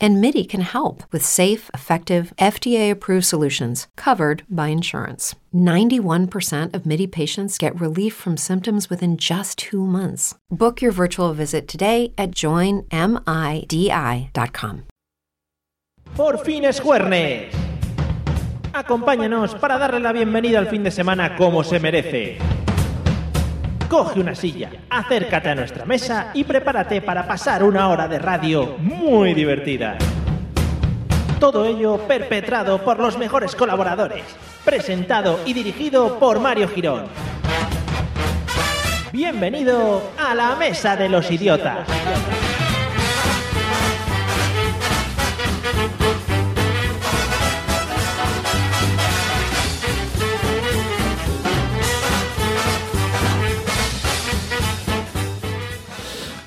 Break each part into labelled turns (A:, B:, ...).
A: and MIDI can help with safe, effective, FDA approved solutions covered by insurance. 91% of MIDI patients get relief from symptoms within just two months. Book your virtual visit today at joinmidi.com.
B: Por fin es jueves. Acompáñanos para darle la bienvenida al fin de semana como se merece. Coge una silla, acércate a nuestra mesa y prepárate para pasar una hora de radio muy divertida. Todo ello perpetrado por los mejores colaboradores, presentado y dirigido por Mario Girón. Bienvenido a la Mesa de los Idiotas.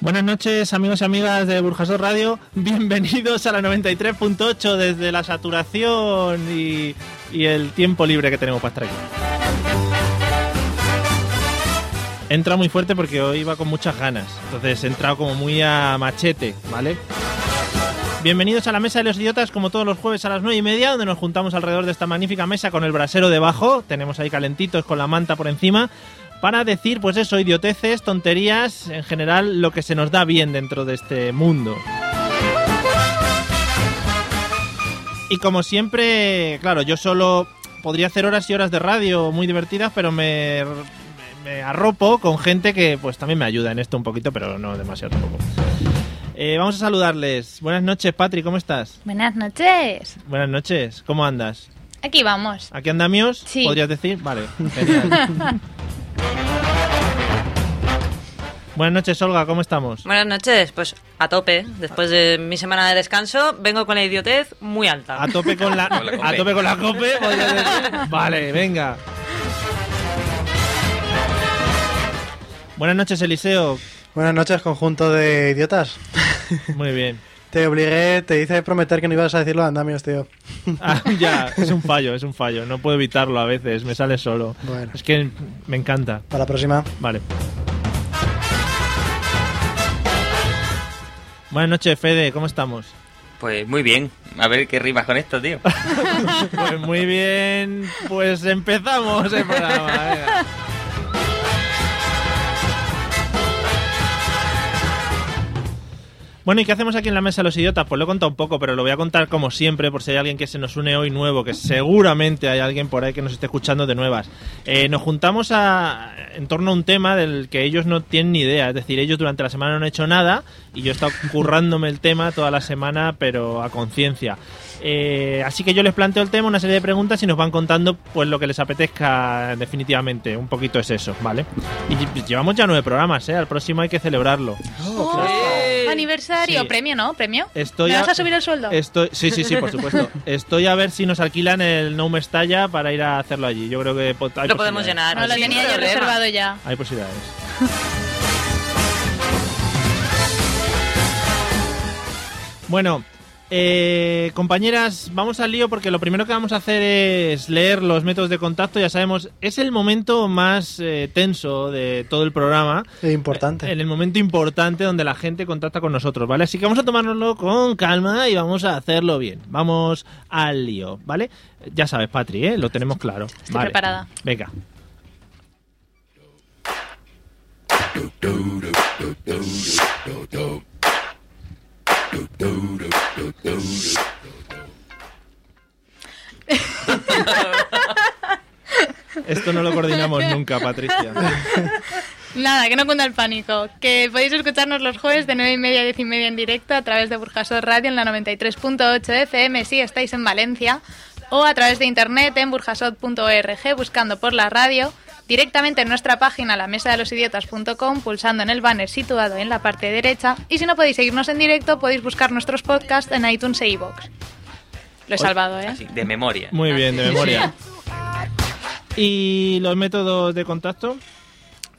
C: Buenas noches, amigos y amigas de Burjasot Radio. Bienvenidos a la 93.8 desde la saturación y, y el tiempo libre que tenemos para estar aquí. He entrado muy fuerte porque hoy iba con muchas ganas. Entonces he entrado como muy a machete, ¿vale? Bienvenidos a la Mesa de los Idiotas, como todos los jueves a las 9 y media, donde nos juntamos alrededor de esta magnífica mesa con el brasero debajo. Tenemos ahí calentitos con la manta por encima. Para decir, pues eso, idioteces, tonterías, en general, lo que se nos da bien dentro de este mundo. Y como siempre, claro, yo solo podría hacer horas y horas de radio muy divertidas, pero me, me arropo con gente que pues también me ayuda en esto un poquito, pero no demasiado tampoco. Eh, vamos a saludarles. Buenas noches, Patri, ¿cómo estás?
D: Buenas noches.
C: Buenas noches, ¿cómo andas?
D: Aquí vamos.
C: ¿Aquí andamios?
D: Sí.
C: ¿Podrías decir? Vale, genial. Buenas noches, Olga, ¿cómo estamos?
E: Buenas noches, pues a tope. Después de mi semana de descanso, vengo con la idiotez muy alta.
C: A tope con la,
F: Con la cope.
C: a tope con la cope. podrías decir. Vale, venga. Buenas noches, Eliseo.
G: Buenas noches, conjunto de idiotas.
C: Muy bien.
G: Te obligué, te hice prometer que no ibas a decir los andamios, tío.
C: Ah, ya, es un fallo, es un fallo. No puedo evitarlo a veces, me sale solo.
G: Bueno.
C: Es que me encanta.
G: Para la próxima.
C: Vale. Buenas noches, Fede, ¿cómo estamos?
F: Pues muy bien. A ver qué rimas con esto, tío.
C: Pues muy bien, pues empezamos el programa. venga. Bueno, ¿y qué hacemos aquí en la mesa de los idiotas? Pues lo he contado un poco, pero lo voy a contar como siempre, por si hay alguien que se nos une hoy nuevo, que seguramente hay alguien por ahí que nos esté escuchando de nuevas. Eh, nos juntamos a, en torno a un tema del que ellos no tienen ni idea, es decir, ellos durante la semana no han hecho nada y yo he estado currándome el tema toda la semana, pero a conciencia. Eh, así que yo les planteo el tema, una serie de preguntas y nos van contando pues lo que les apetezca definitivamente. Un poquito es eso, ¿vale? Y ll- llevamos ya nueve programas, ¿eh? Al próximo hay que celebrarlo.
D: Oh,
E: Pues,
D: Aniversario,
C: Sí.
D: premio, ¿no? Premio.
C: Estoy
D: ¿Me vas a subir el sueldo?
C: Estoy, sí, sí, sí, por supuesto. Estoy a ver si nos alquilan el No Mestalla para ir a hacerlo allí. Yo creo que po- hay
E: Lo podemos
C: posibilidades.
E: llenar.
D: No, lo
E: sin
D: tenía yo
E: problema.
D: reservado ya.
C: Hay posibilidades. Bueno, eh, compañeras, vamos al lío porque lo primero que vamos a hacer es leer los métodos de contacto. Ya sabemos, es el momento más eh, tenso de todo el programa.
G: Es importante.
E: Eh,
C: En el momento importante donde la gente contacta con nosotros, ¿vale? Así que vamos a tomárnoslo con calma y vamos a hacerlo bien. Vamos al lío, ¿vale? Ya sabes, Patri, ¿eh? Lo tenemos claro. Estoy
D: preparada.
C: Venga. Esto no lo coordinamos nunca, Patricia.
D: Nada, que no cuenta el pánico. Que podéis escucharnos los jueves de 9 y media a 10 y media en directo a través de Burjasot Radio en la 93.8 FM si estáis en Valencia o a través de internet en burjasot.org buscando por la radio directamente en nuestra página la mesa de los pulsando en el banner situado en la parte derecha y si no podéis seguirnos en directo podéis buscar nuestros podcasts en iTunes e iVoox. Lo he salvado, ¿eh?
F: Así, de memoria.
C: Muy bien, de
D: sí.
C: memoria. ¿Y los métodos de contacto?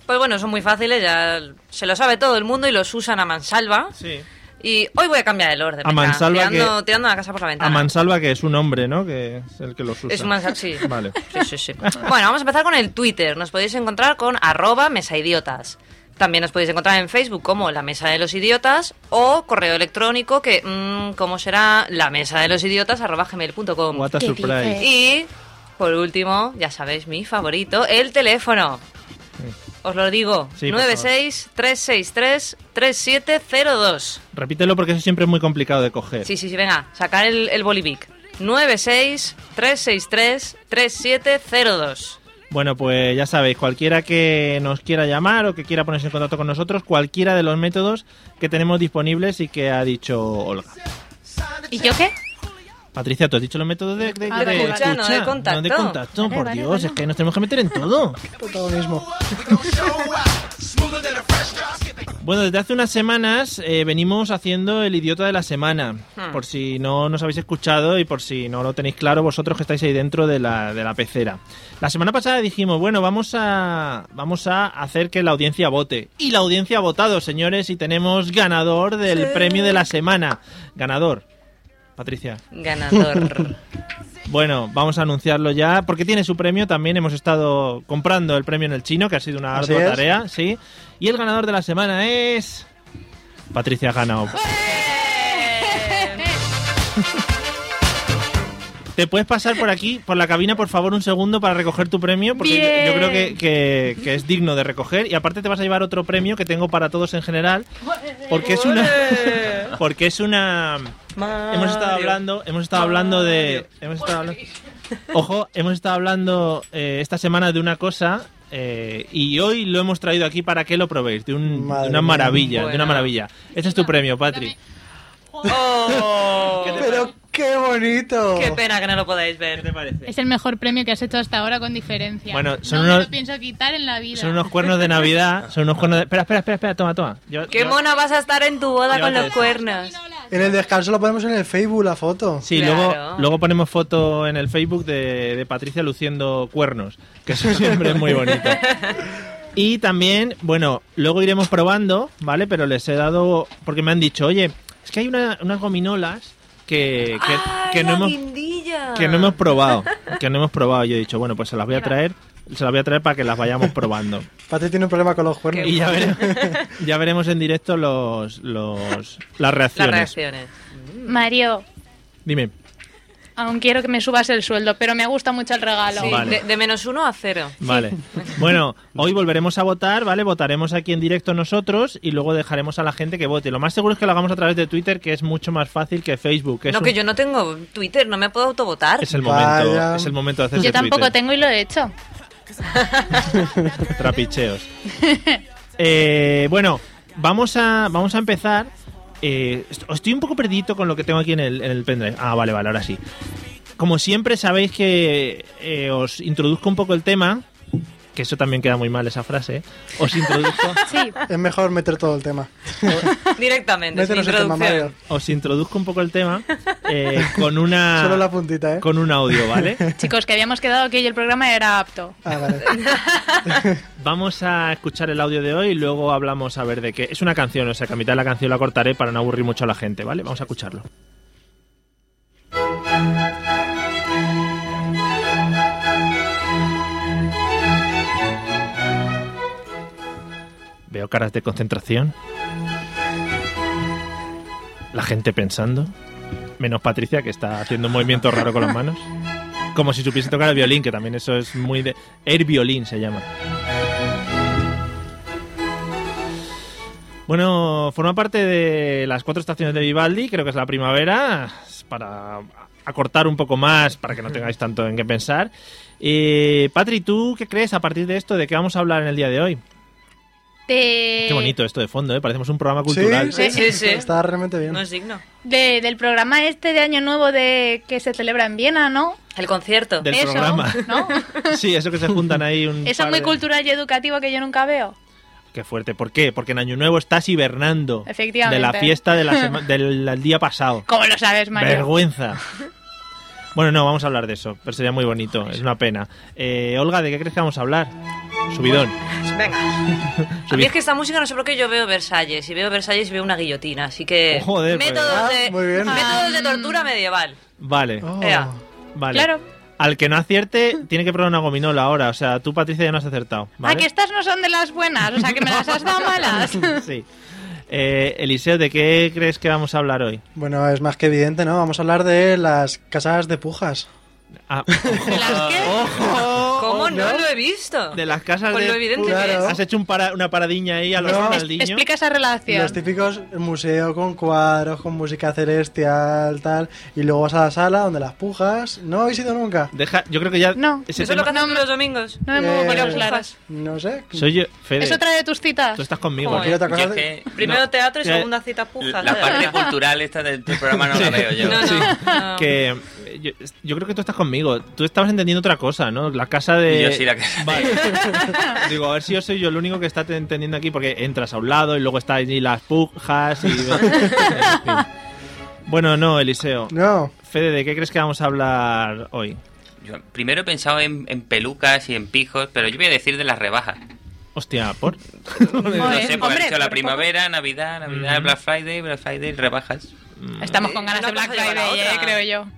E: Pues bueno, son muy fáciles, ya se lo sabe todo el mundo y los usan a mansalva.
C: Sí.
E: Y hoy voy a cambiar el orden.
C: A
E: venga,
C: Mansalva
E: tirando,
C: que-
E: tirando la casa por la ventana.
C: A Mansalva, que es un hombre, ¿no? Que es el que los usa.
E: Es un mansa- sí.
C: Vale.
E: Sí, sí, sí. Bueno, vamos a empezar con el Twitter. Nos podéis encontrar con arroba mesaidiotas. También nos podéis encontrar en Facebook como La Mesa de los Idiotas o correo electrónico que, mm, ¿cómo será? La Mesa de los Idiotas arroba gmail.com.
C: What a
D: ¿Qué
C: surprise.
D: dices?
E: Y, por último, ya sabéis, mi favorito, el teléfono. Os lo digo,
C: Sí, por
E: 96-363-3702.
C: Repítelo porque eso siempre es muy complicado de coger.
E: Sí, sí, sí, venga, sacar el, el bolivic. 96-363-3702.
C: Bueno, pues ya sabéis, cualquiera que nos quiera llamar o que quiera ponerse en contacto con nosotros, cualquiera de los métodos que tenemos disponibles y que ha dicho Olga.
D: ¿Y yo qué?
C: Patricia, ¿tú has dicho los métodos de, de,
D: Ah,
C: de-
D: de escucha,
E: no de
C: No
E: contacto.
C: de contacto,
D: Vale,
C: por
D: vale,
C: Dios,
D: vale.
C: es que nos tenemos que meter en todo.
G: Protagonismo.
C: Bueno, desde hace unas semanas eh, venimos haciendo el idiota de la semana.
E: Hmm.
C: Por si no nos habéis escuchado y por si no lo tenéis claro vosotros que estáis ahí dentro de la, de la pecera. La semana pasada dijimos, bueno, vamos a, vamos a hacer que la audiencia vote. Y la audiencia ha votado, señores, y tenemos ganador del premio de la semana. Ganador. Patricia.
E: Ganador.
C: Bueno, vamos a anunciarlo ya, porque tiene su premio. También hemos estado comprando el premio en el chino, que ha sido una
G: Así
C: ardua
G: es.
C: tarea, sí. Y el ganador de la semana es. Patricia ha ganado. ¿Te puedes pasar por aquí, por la cabina, por favor, un segundo para recoger tu premio? Porque yo- yo,
D: Bien.
C: creo que, que- que es digno de recoger. Y aparte te vas a llevar otro premio que tengo para todos en general. Porque es una. Porque es una. Hemos estado hablando, hemos estado hablando de. Hemos estado hablando, ojo, hemos estado hablando eh, esta semana de una cosa. eh, y hoy lo hemos traído aquí para que lo probéis. De, un- de
G: Madre
C: una
G: mía.
C: maravilla, de una
E: Bueno.
C: maravilla. Este es tu premio, Patri.
E: Oh,
G: Pero qué bonito.
E: qué pena que no lo podáis
C: ¿Qué
E: ver.
C: te parece?
D: Es el mejor premio que has hecho hasta ahora con diferencia.
C: Bueno, son
D: no me
C: unos-
D: lo pienso quitar en la vida.
C: Son unos cuernos de Navidad. Son unos cuernos de. Espera, espera, espera, espera, toma, toma. Yo-
E: Qué
C: yo-
E: mona vas a estar en tu boda con
C: Llévate
E: los
C: eso.
E: cuernos.
G: En el descanso lo ponemos en el Facebook, la foto.
C: Sí,
E: Claro.
C: luego, luego ponemos foto en el Facebook de, de Patricia luciendo cuernos, que eso siempre es muy bonito. Y también, bueno, luego iremos probando, ¿vale? Pero les he dado, porque me han dicho, oye, es que hay una- unas gominolas que, que, que no hemos, que no hemos probado, que no hemos probado. Yo he dicho, bueno, pues se las voy a traer, se las voy a traer para que las vayamos probando.
G: Pati tiene un problema con los cuernos.
C: Y ya, vere- ya veremos en directo los, los, las
E: Las
C: reacciones.
E: reacciones.
D: Mario,
C: Dime,
D: aún quiero que me subas el sueldo, pero me gusta mucho el regalo.
E: Sí,
C: Vale.
E: de, de menos uno a cero.
C: Vale. Bueno, hoy volveremos a votar, ¿vale? Votaremos aquí en directo nosotros y luego dejaremos a la gente que vote. Lo más seguro es que lo hagamos a través de Twitter, que es mucho más fácil que Facebook. que es
E: No,
C: un-
E: que yo no tengo Twitter, no me puedo autovotar.
C: Es el momento,
G: Vaya.
C: es el momento de hacerse
D: Yo tampoco
C: Twitter.
D: tengo y lo he hecho.
C: Trapicheos. Eh, bueno, vamos a, vamos a empezar. Eh, est- estoy un poco perdido con lo que tengo aquí en el, en el pendrive. Ah, vale, vale, ahora sí. Como siempre sabéis que eh, os introduzco un poco el tema, que eso también queda muy mal esa frase. Os introduzco...
D: Sí,
G: Es mejor meter todo el tema.
E: Directamente, sin
G: Métenos el tema, Mario.
E: introducción.
C: os introduzco un poco el tema eh, con
E: Ah.
C: una
G: Solo la puntita, ¿eh?
C: con un audio, ¿vale?
D: chicos, que habíamos quedado que hoy el programa era apto.
G: Ah, vale.
C: Vamos a escuchar el audio de hoy y luego hablamos a ver de qué. Es una canción, o sea que a mitad de la canción la cortaré para no aburrir mucho a la gente, ¿vale? Vamos a escucharlo. Veo caras de concentración. La gente pensando. Menos Patricia, que está haciendo un movimiento raro con las manos. Como si supiese tocar el violín, que también eso es muy de... Air violín se llama. Bueno, forma parte de las cuatro estaciones de Vivaldi, creo que es la primavera, es para acortar un poco más, para que no tengáis tanto en qué pensar. Eh, Patri, ¿tú qué crees a partir de esto? ¿De qué vamos a hablar en el día de hoy?
D: De-
C: Qué bonito esto de fondo, ¿eh? Parecemos un programa cultural.
E: Sí, sí, sí.
G: Está realmente bien.
E: No es digno.
D: de- del programa este de Año Nuevo de que se celebra en Viena, ¿no?
E: El concierto.
C: Del
D: Eso,
C: programa.
D: ¿no?
C: Sí, eso que se juntan ahí un
D: Eso
C: par
D: muy
C: de-
D: cultural y educativo que yo nunca veo.
C: Qué fuerte. ¿Por qué? Porque en Año Nuevo estás hibernando.
D: Efectivamente.
C: De la fiesta de la sema- del, del día pasado.
D: ¿Cómo lo sabes, Mario?
C: Vergüenza. Bueno, no, vamos a hablar de eso, pero sería muy bonito, es una pena. Eh, Olga, ¿de qué crees que vamos a hablar? Subidón.
E: Venga. A mí es que esta música no sé por qué yo veo Versalles. Y veo Versalles y veo una guillotina. Así que.
C: Oh, joder, pues.
E: métodos,
G: Ah,
E: de,
G: muy bien.
E: métodos
D: Ah.
E: de tortura medieval.
C: Vale,
G: Oh.
E: Ea.
C: vale.
D: Claro.
C: Al que no acierte, tiene que probar una gominola ahora. O sea, tú, Patricia, ya no has acertado. ¿vale?
D: Ah, que estas no son de las buenas, o sea que me las has dado malas.
C: Sí. Eh, Eliseo, ¿de qué crees que vamos a hablar hoy?
G: Bueno, es más que evidente, ¿no? Vamos a hablar de las casas de pujas.
C: Ah,
D: ¿De las qué?
C: ojo.
E: ¿Cómo no lo he visto?
C: Oh, De las casas
E: Con
C: de...
E: lo evidente que
G: Claro.
E: es.
C: Has hecho un para- una paradiña ahí a los
G: No.
C: Ronaldinho.
D: Explica esa relación.
G: Los típicos museo con cuadros, con música celestial, tal. Y luego vas a la sala donde las pujas. No habéis ido nunca.
C: Deja, yo creo que ya...
D: No,
C: ese
E: Eso es lo que
C: tema-
E: hacen los domingos.
D: No me muevo con
G: Eh,
D: las claras.
G: No sé.
C: Soy yo, Fede.
D: ¿Es otra de tus citas?
C: Tú estás conmigo.
E: Joder.
C: ¿eh?
G: Cualquier otra cosa.
F: Yo es que
E: Primero
C: No. Eh,
E: teatro y
C: Ya-
E: segunda cita puja.
F: la
E: ¿no?
F: parte cultural esta del del programa no la veo yo.
E: No, no,
C: Sí.
E: no.
C: Que eh, yo, yo creo que tú estás conmigo. Tú estabas entendiendo otra cosa, ¿no? La casa de.
F: Yo sí la casa de-
C: Vale. Digo, a ver si yo soy yo el único que está te- entendiendo aquí, porque entras a un lado y luego está allí las pujas y. En fin. Bueno, no, Eliseo.
G: No.
C: Fede, ¿de qué crees que vamos a hablar hoy?
F: Yo primero he pensado en, en pelucas y en pijos, pero yo voy a decir de las rebajas.
C: Hostia, por.
F: No
D: Joder,
F: sé, porque
D: hombre,
F: ha sido la
D: por-
F: primavera, Navidad, Navidad,
C: Ujú.
F: Black Friday, Black Friday, rebajas.
D: Estamos con ganas
E: Una
D: de Black
E: cosa lleva a la
D: Friday, eh,
E: otra.
D: creo yo.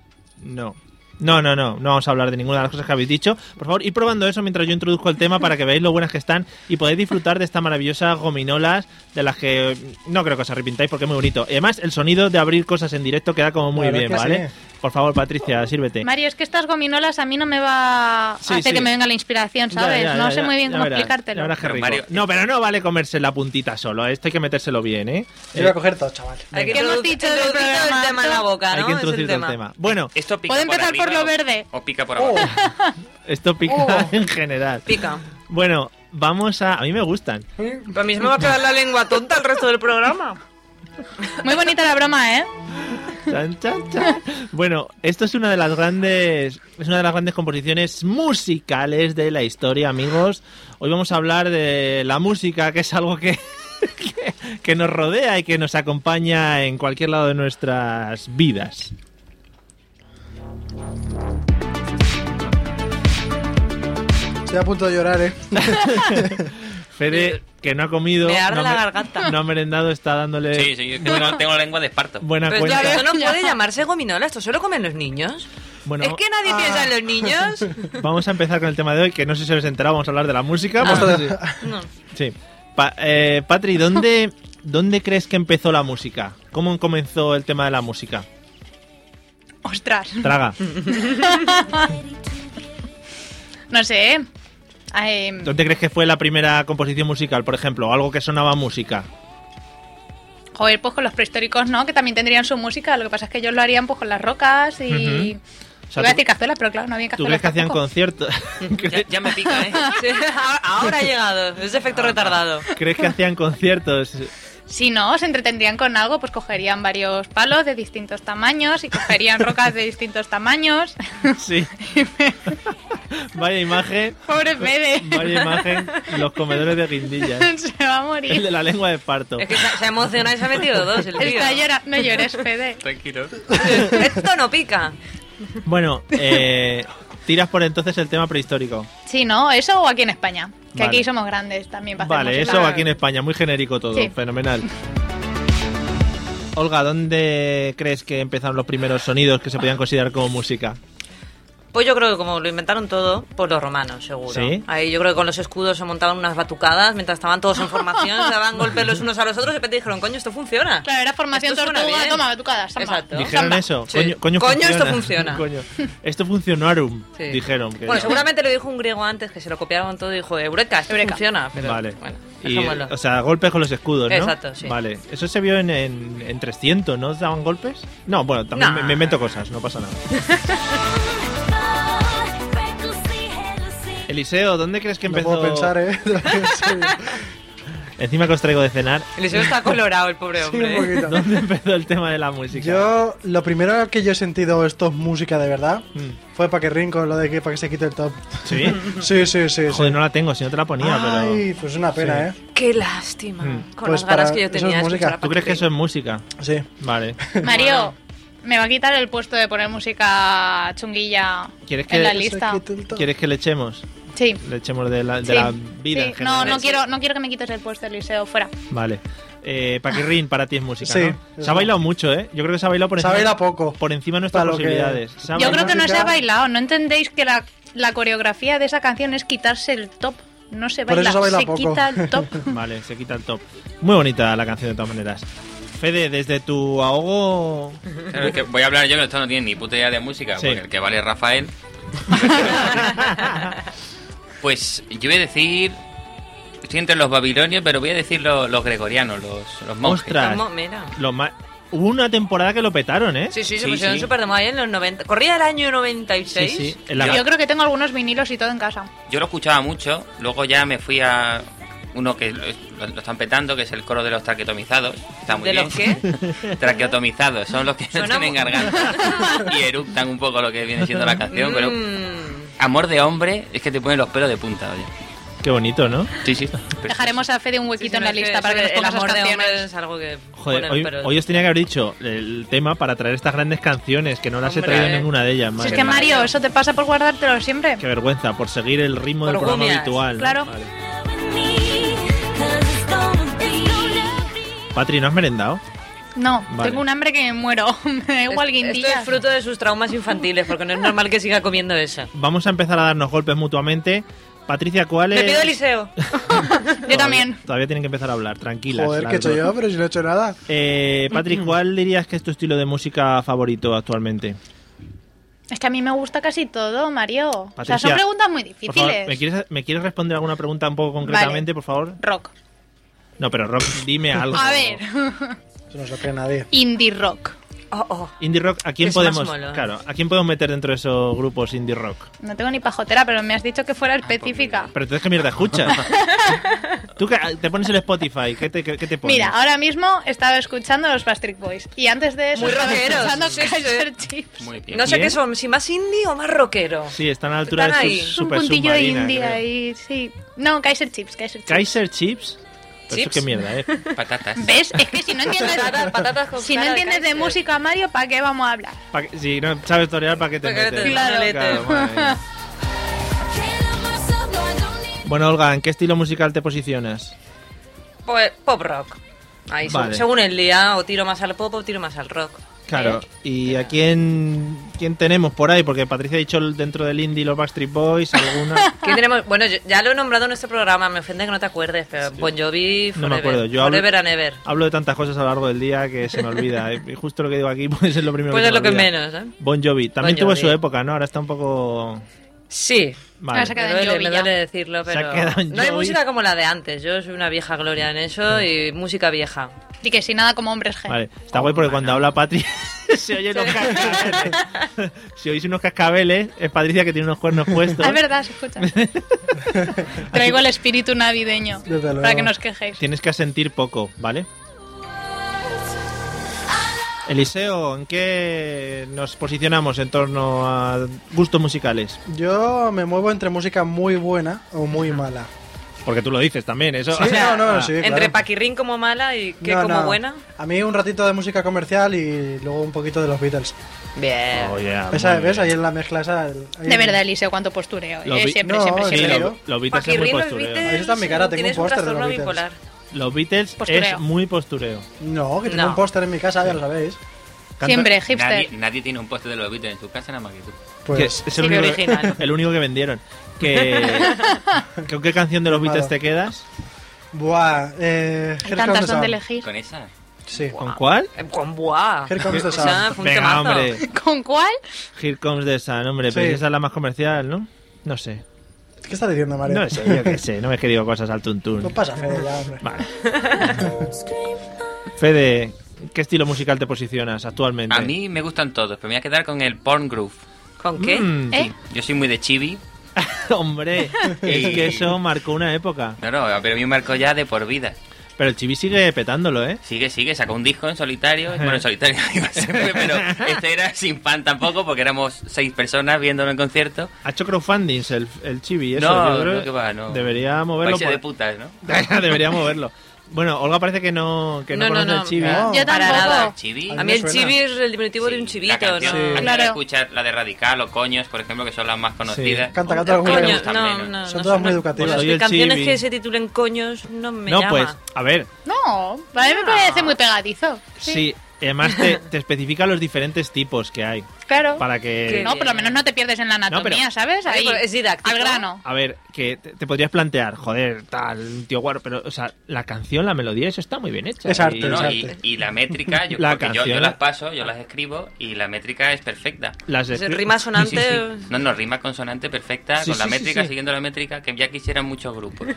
C: No. No, no, no, no vamos a hablar de ninguna de las cosas que habéis dicho. Por favor, ir probando eso mientras yo introduzco el tema para que veáis lo buenas que están y podáis disfrutar de estas maravillosas gominolas de las que no creo que os arrepintáis porque es muy bonito. Y además, el sonido de abrir cosas en directo queda como muy
G: La verdad
C: bien,
G: es que
C: ¿vale?
G: sí.
C: Por favor, Patricia, sírvete.
D: Mario, es que estas gominolas a mí no me va a
C: Sí,
D: hacer
C: sí.
D: que me venga la inspiración,
C: Ya,
D: ¿sabes?
C: ya,
D: no
C: ya,
D: sé
C: ya,
D: muy bien
C: ya
D: cómo
C: verás,
D: explicártelo.
C: ya verás qué
F: Pero,
C: rico.
F: Mario-
C: No, pero no vale comerse la puntita solo. a Esto hay que metérselo bien, ¿eh?
G: Yo voy a coger todo, chaval.
E: Hay que
D: ¿Qué hemos
E: introducir-
D: dicho del
E: introducir todo
D: programa?
E: el tema en la boca,
C: hay
E: ¿no?
C: que
E: Es el
C: introducir todo el tema. Bueno,
F: Esto pica
D: ¿Puedo empezar por
F: arriba
D: lo
F: o-
D: verde?
F: O pica por
G: Oh,
F: abajo.
C: esto pica
G: Oh.
C: en general.
E: Pica.
C: Bueno, vamos a... A mí me gustan.
E: Lo mismo va a quedar la lengua tonta el resto del programa.
D: Muy bonita la broma, ¿eh?
C: Chan, chan, chan. Bueno, esto es una de las grandes es una de las grandes composiciones musicales de la historia, amigos. Hoy vamos a hablar de la música, que es algo que que, que nos rodea y que nos acompaña en cualquier lado de nuestras vidas.
G: estoy a punto de llorar, eh.
C: Fede, que no ha comido,
E: Me arde
C: no,
E: la
C: me-
E: garganta.
C: no ha merendado, está dándole
F: Sí, sí, yo tengo, tengo la lengua de esparto.
C: buena
E: Pero
C: cuenta.
E: claro, esto no puede llamarse gominola, esto solo comen los niños.
C: Bueno,
E: es que nadie
G: ah.
E: piensa en los niños.
C: vamos a empezar con el tema de hoy, que no sé si os enterado, vamos a hablar de la música.
E: Ah.
C: porque sí.
E: No.
C: Sí. Pa- eh, Patri, ¿dónde, ¿dónde crees que empezó la música? ¿Cómo comenzó el tema de la música?
D: Ostras.
C: Traga.
D: No sé. ¿eh? Ay,
C: ¿Dónde crees que fue la primera composición musical, por ejemplo? Algo que sonaba a música.
D: joder, pues con los prehistóricos, ¿no? Que también tendrían su música. Lo que pasa es que ellos lo harían pues con las rocas y...
C: Ujú. O sea,
D: Iba a
C: tú-
D: decir cazuelas, pero claro, no había
C: ¿Tú crees
D: cazuelas
C: que hacían
D: tampoco.
C: conciertos?
F: Ya, ya me pica, ¿eh?
E: Sí, ahora- ahora ha llegado, es efecto retardado.
C: ¿Crees que hacían conciertos?
D: Si no, se entretendrían con algo, pues cogerían varios palos de distintos tamaños y cogerían rocas de distintos tamaños.
C: Sí. Vaya imagen.
D: Pobre Fede.
C: Vaya imagen. Los comedores de guindillas.
D: se va a
C: El
D: morir.
C: de la lengua de parto.
E: Es que se ha- se ha emocionado y se ha metido dos el tío.
D: Está llora- No llores, Fede.
F: Tranquilo.
E: Esto no pica.
C: Bueno, eh, tiras por entonces el tema prehistórico.
D: Sí, ¿no? Eso o aquí en España. Que
C: Vale.
D: aquí somos grandes también. para hacer
C: Vale,
D: música.
C: eso aquí en España, muy genérico todo,
D: Sí.
C: fenomenal. Olga, ¿dónde crees que empezaron los primeros sonidos que se podían considerar como música?
E: Pues yo creo que como lo inventaron todo, pues los romanos, seguro.
C: ¿Sí?
E: Ahí yo creo que con los escudos se montaban unas batucadas mientras estaban todos en formación, se daban golpes los unos a los otros y de repente dijeron, coño, esto funciona.
D: Claro, era formación
E: Esto suena
D: tortuga.
E: bien.
D: Toma, batucada, samba.
E: Exacto. ¿No?
C: ¿Dijeron
D: Samba.
C: eso?
E: Sí.
C: Coño, coño,
E: Coño, esto funciona.
C: Coño, esto funcionarum,
E: Sí.
C: dijeron. que-
E: Bueno, seguramente lo dijo un griego antes que se lo copiaron todo y dijo, "Eh, eureka, esto
D: Eureka.
E: funciona. Pero,
C: Vale.
E: Bueno,
C: Y,
E: dejémoslo.
C: o sea, golpes con los escudos, ¿no?
E: Exacto, sí.
C: Vale, eso se vio en, en, en 300, ¿no? ¿Daban golpes? No, bueno, también
E: Nah.
C: me, me invento cosas, no pasa nada. Eliseo, ¿dónde crees que
G: No
C: empezó?
G: puedo pensar, eh. Sí,
C: Encima que os traigo de cenar,
E: Eliseo está colorado, el pobre
G: sí, un
E: hombre. ¿eh?
G: poquito.
C: ¿dónde empezó el tema de la música?
G: Yo, lo primero que yo he sentido esto es música de verdad
C: Mm.
G: fue para que Rincon, lo de que para que se quite el top.
C: ¿Sí?
G: Sí, sí, sí. sí.
C: Joder, no la tengo, si no te la ponía,
G: Ay, pues una pena,
E: Qué lástima.
C: Mm.
E: Con
G: Pues
E: las ganas
G: para-
E: que yo
G: eso es
E: tenía. de
G: música.
E: escuchar a
C: pero... ¿Tú crees que eso
E: Patrick.
C: es música?
G: eh. Sí.
C: Vale.
D: Mario, me va a quitar el puesto de poner música chunguilla
C: ¿Quieres que-
D: en la
C: Eso
D: lista.
G: Se quite el top.
C: ¿Quieres que le echemos?
D: Sí.
C: Le echemos de la, de
D: Sí,
C: la vida
D: sí.
C: en general.
D: No, no quiero, no quiero que me quites el puesto, Eliseo, fuera.
C: Vale. Eh, Paquirrin, para ti es música,
G: Ah. Sí,
C: ¿no?
G: es
C: Se ha bailado mucho, ¿eh? Yo creo que se ha bailado por
G: Se ha
C: encima,
G: bailado poco.
C: por encima de nuestras
G: Para lo que-
C: posibilidades. Se ha
D: Yo creo
C: bailado-
D: que no se ha
G: música.
D: bailado. ¿No entendéis que la, la coreografía de esa canción es quitarse el top? No se
G: Por
D: baila,
G: eso se baila poco.
D: quita el top.
C: Vale, se quita el top. Muy bonita la canción de todas maneras. Fede, desde tu ahogo...
F: Claro, es que voy a hablar yo, que esto no tiene ni puta idea de música,
C: Sí.
F: porque el que vale es Rafael. pues yo voy a decir. Estoy entre los babilonios, pero voy a decir lo- los gregorianos, los, los monjes.
C: Ostras.
E: Como- mira.
C: Lo ma- Hubo una temporada que lo petaron, ¿eh?
E: Sí, sí, se
F: Sí,
E: pusieron
F: sí.
E: súper de moda en los 90. Corría el año 96.
C: sí. En la-
D: Yo creo que tengo algunos vinilos y todo en casa.
F: Yo lo escuchaba mucho, luego ya me fui a uno que lo, lo- lo están petando, que es el coro de los traqueotomizados. Está muy
E: ¿De
F: bien.
E: los qué?
F: traqueotomizados, son los que no
E: Suena
F: tienen
E: mu-
F: garganta y eructan un poco lo que viene siendo la canción, pero
E: Mm.
F: amor de hombre es que te ponen los pelos de punta, oye.
C: Qué bonito, ¿no?
F: Sí, sí.
D: Dejaremos a Fede un
E: Pues Sí, sí,
D: huequito en
E: no,
D: la
E: es
D: lista
E: que eso
D: para que nos
E: de-
D: ponga
E: el
D: esas
E: amor de hombre
D: canciones.
E: es algo que
C: Joder,
E: ponen,
C: hoy,
E: pero-
C: hoy os tenía que haber dicho el tema para traer estas grandes canciones, que no las
E: Hombre,
C: he traído
E: eh.
C: ninguna de ellas.
D: Si es
C: madre
D: que
C: mía.
D: Mario, eso te pasa por guardártelo siempre.
C: Qué vergüenza, por seguir el ritmo del
E: Por
C: programa
E: gumias,
C: habitual. ¿no?
D: claro.
C: Vale. Patri, ¿no has merendado?
D: No,
C: Vale.
D: tengo un hambre que me muero. me da igual
E: Es- Esto
D: guindillas.
E: es fruto de sus traumas infantiles, porque no es normal que siga comiendo eso.
C: Vamos a empezar a darnos golpes mutuamente. Patricia, ¿cuál es?
E: Me pido Eliseo.
D: Yo
C: Todavía-
D: también.
C: Todavía tienen que empezar a hablar, tranquilas.
G: Joder,
C: las
G: ¿qué he hecho
C: dos.
G: yo? Pero si no he hecho nada.
C: Eh, Patrick, ¿cuál dirías que es tu estilo de música favorito actualmente?
D: Es que a mí me gusta casi todo, Mario. o sea, son
C: Patricia,
D: preguntas muy
C: Por favor,
D: difíciles.
C: ¿me, quieres, ¿Me quieres responder alguna pregunta un poco concretamente, por favor?
D: Rock.
C: No, pero Rock, dime algo.
D: A ver,
G: Eso no se lo cree nadie.
D: indie rock.
E: Oh, oh.
C: Indie Rock, ¿a quién
E: Es más
C: podemos
E: molo.
C: claro, ¿a quién podemos meter dentro de esos grupos Indie Rock?
D: No tengo ni pajotera, pero me has dicho que
C: Ah, pues
D: fuera específica.
C: Pero entonces, ¿qué mierda escuchas? Tú que- te pones el Spotify, ¿qué te, qué, qué te pones?
D: Mira, ahora mismo estaba escuchando los Pastrick Boys. Y antes de eso
E: Muy
D: estaba
E: rockeros,
D: escuchando
E: sí, sí.
D: Kaiser Chiefs.
F: Muy bien.
E: No sé
C: Bien.
E: qué son, si más indie o más rockero.
C: Sí, está a la altura
E: Están
C: de
E: ahí.
C: su
D: Es un
C: super
D: puntillo
C: submarina,
D: indie
C: creo.
D: ahí, sí. No, Kaiser Chiefs, Kaiser Chiefs.
C: ¿Kaiser Chips? Pero Eso
E: Chips.
C: qué mierda, ¿eh?
F: Patatas.
D: ¿Ves? Es que si no entiendes,
E: Patatas- patatas con
D: si no
E: cara de
D: entiendes de
E: Kaiser.
D: música, Mario, ¿para qué vamos a hablar?
C: Pa' que- si no sabes torear, ¿para qué te
E: Pa' que te
C: metes?
E: metes.
C: Claro,
E: Claro.
C: madre mía. Bueno, Olga, ¿en qué estilo musical te posicionas?
E: Pues pop rock. Ahí,
C: Vale.
E: según el día, o tiro más al pop o tiro más al rock.
C: Claro,
E: Eh,
C: ¿y a quién, quién tenemos por ahí? Porque Patricia ha dicho el- dentro del indie los Backstreet Boys, alguna...
E: ¿Qué tenemos? Bueno, yo- ya lo he nombrado en este programa, me ofende que no te acuerdes, pero Bon Jovi,
C: No
E: Forever,
C: me acuerdo, yo hablo,
E: Forever and Ever.
C: hablo de tantas cosas a lo largo del día que se me olvida. y justo lo que digo aquí pues es lo primero
E: Pues
C: que se
E: es lo
C: me
E: que
C: olvida.
E: menos, ¿eh?
C: Bon Jovi, también
E: Bon
C: tuvo
E: Jovi.
C: su época, ¿no? Ahora está un poco...
E: Sí,
C: Vale.
D: Se ha
E: me
D: quedado en
E: duele,
D: Jovi
E: me
D: ya.
E: duele decirlo,
C: Se ha
E: pero
C: quedado en
E: no hay
C: Jovi.
E: música como la de antes. Yo soy una vieja gloria en eso
G: Ah.
E: y música vieja.
D: Y que si nada como hombres G.
C: Vale, está guay porque
E: Oh,
C: cuando habla Patri se oyen los cascabeles. si oís unos cascabeles, es Patricia que tiene unos cuernos puestos.
D: Ah, Es verdad, se escucha. Traigo el espíritu navideño
G: Desde luego.
D: para que nos quejéis.
C: Tienes que sentir poco, ¿vale? Eliseo, ¿en qué nos posicionamos en torno a gustos musicales?
G: Yo me muevo entre música muy buena o muy mala.
C: Porque tú lo dices también, eso. ah.
G: Sí, no, no, sí, claro.
E: Ah, Entre Paquirrín como mala y que
G: No,
E: como
G: no.
E: buena.
G: A mí un ratito de música comercial y luego un poquito de los Beatles.
E: Bien.
C: Oh, yeah,
G: Esa,
C: muy
G: ¿Ves?
C: bien.
G: Ahí en la mezcla esa... el- ahí-
D: De verdad, Eliseo, cuánto postureo. eh.
C: Lo vi-
D: Siempre,
G: No,
D: siempre,
G: sí,
D: siempre.
C: Sí,
G: ¿serio?
C: lo- los Beatles es muy
E: Paquirrín, los
C: postureo.
E: Beatles,
G: Ahí está en mi cara, tengo
E: tienes
G: un
E: un
G: póster de los
E: trastorno
G: Beatles.
E: bipolar.
C: Los Beatles es
D: Postureo.
C: muy postureo.
G: No, que tengo
E: No.
G: un póster en mi casa, ya lo sabéis.
C: Canta-
D: Siempre, hipster.
F: Nadie, nadie tiene un póster de los Beatles en su casa, nada más que tú.
C: que
G: Pues...
C: es
E: Sí,
C: el
E: que
C: único,
E: original.
C: el único que vendieron. Que, ¿Con qué canción de los Beatles te quedas?
G: Buah, eh...
D: Hay
G: Here
D: tantas
G: Comes the
D: donde
G: Sun.
D: elegir.
F: Con esa.
G: Sí.
C: ¿Con cuál?
E: Eh, Con buah.
G: Here comes the
E: Esa
G: sun.
E: Ah, fue un
C: Venga,
E: temazo.
C: hombre.
D: ¿Con cuál?
C: Here Comes the Sun, hombre,
G: Sí.
C: pero si esa es la más comercial, ¿no? No sé.
G: ¿Qué estás diciendo, Mario?
C: No sé, yo qué sé, no me he querido cosas al
G: No
C: tuntún.
G: pasa, Fede, ya, hombre.
C: Vale. Fede, ¿qué estilo musical te posicionas actualmente?
F: A mí me gustan todos, pero me voy a quedar con el Porn Groove.
E: ¿Con qué? ¿Eh?
C: Mm,
D: ¿Eh?
F: Yo soy muy de chibi.
C: Hombre, es que eso marcó una época.
F: No, no, pero a mí me marcó ya de por vida.
C: Pero el chibi sigue petándolo, ¿eh?
F: Sigue, sigue, sacó un disco en solitario. Bueno, en solitario iba siempre, pero este era sin fan tampoco, porque éramos seis personas viéndolo en concierto.
C: Ha hecho crowdfundings el, el chibi, eso.
F: No,
C: yo creo
F: no, que va, no.
C: Debería moverlo.
F: Países de putas, ¿no?
C: Debería moverlo. Bueno, Olga parece que no, que no,
E: No, no,
C: conoce
E: no.
C: el chibi.
G: No.
D: Yo
E: Para
D: tampoco.
E: nada.
F: Chibi.
G: A
E: A mí el
G: suena.
E: chibi es el diminutivo de un
F: Sí,
E: chivito.
F: La canción,
E: ¿no?
G: Sí.
F: antes de
D: Claro.
F: escuchar la de Radical o Coños, por ejemplo, que son las más conocidas.
G: Canta, canta
F: Las
G: alguna
F: que
G: que
F: me
E: Coño,
F: gustan
E: no,
F: menos.
E: no, no,
G: Son todas muy
E: no.
G: educativas. Pues
E: Las
C: Soy el
E: canciones
C: chibi.
E: que se titulen coños no me
C: no,
E: llama.
C: pues, a ver,
D: No, a mí me parece muy pegadizo.
C: sí. Además te, te especifica los diferentes tipos que hay.
D: Claro.
C: Para que...
E: Que
D: No, por lo menos no te pierdes en la
C: No,
D: anatomía,
C: pero-
D: ¿sabes?
E: Oye,
D: Ahí,
E: pero es didáctico.
D: Al grano.
C: A ver, que te, te podrías plantear, joder, tal, un tío guaro, pero, o sea, la canción, la melodía, eso está muy bien hecha.
G: Es arte,
C: Y-
F: No, no,
G: es arte.
F: y, y la métrica, yo,
C: La
F: porque yo, yo
C: canción.
F: las paso, yo las escribo y la métrica es perfecta.
C: Las
E: Es
C: descri-
E: rima
C: Sí, sí, sí.
E: sonante.
F: No, no, rima consonante perfecta,
C: Sí,
F: con la
C: sí, sí,
F: métrica,
C: sí.
F: siguiendo la métrica, que ya quisieran muchos grupos.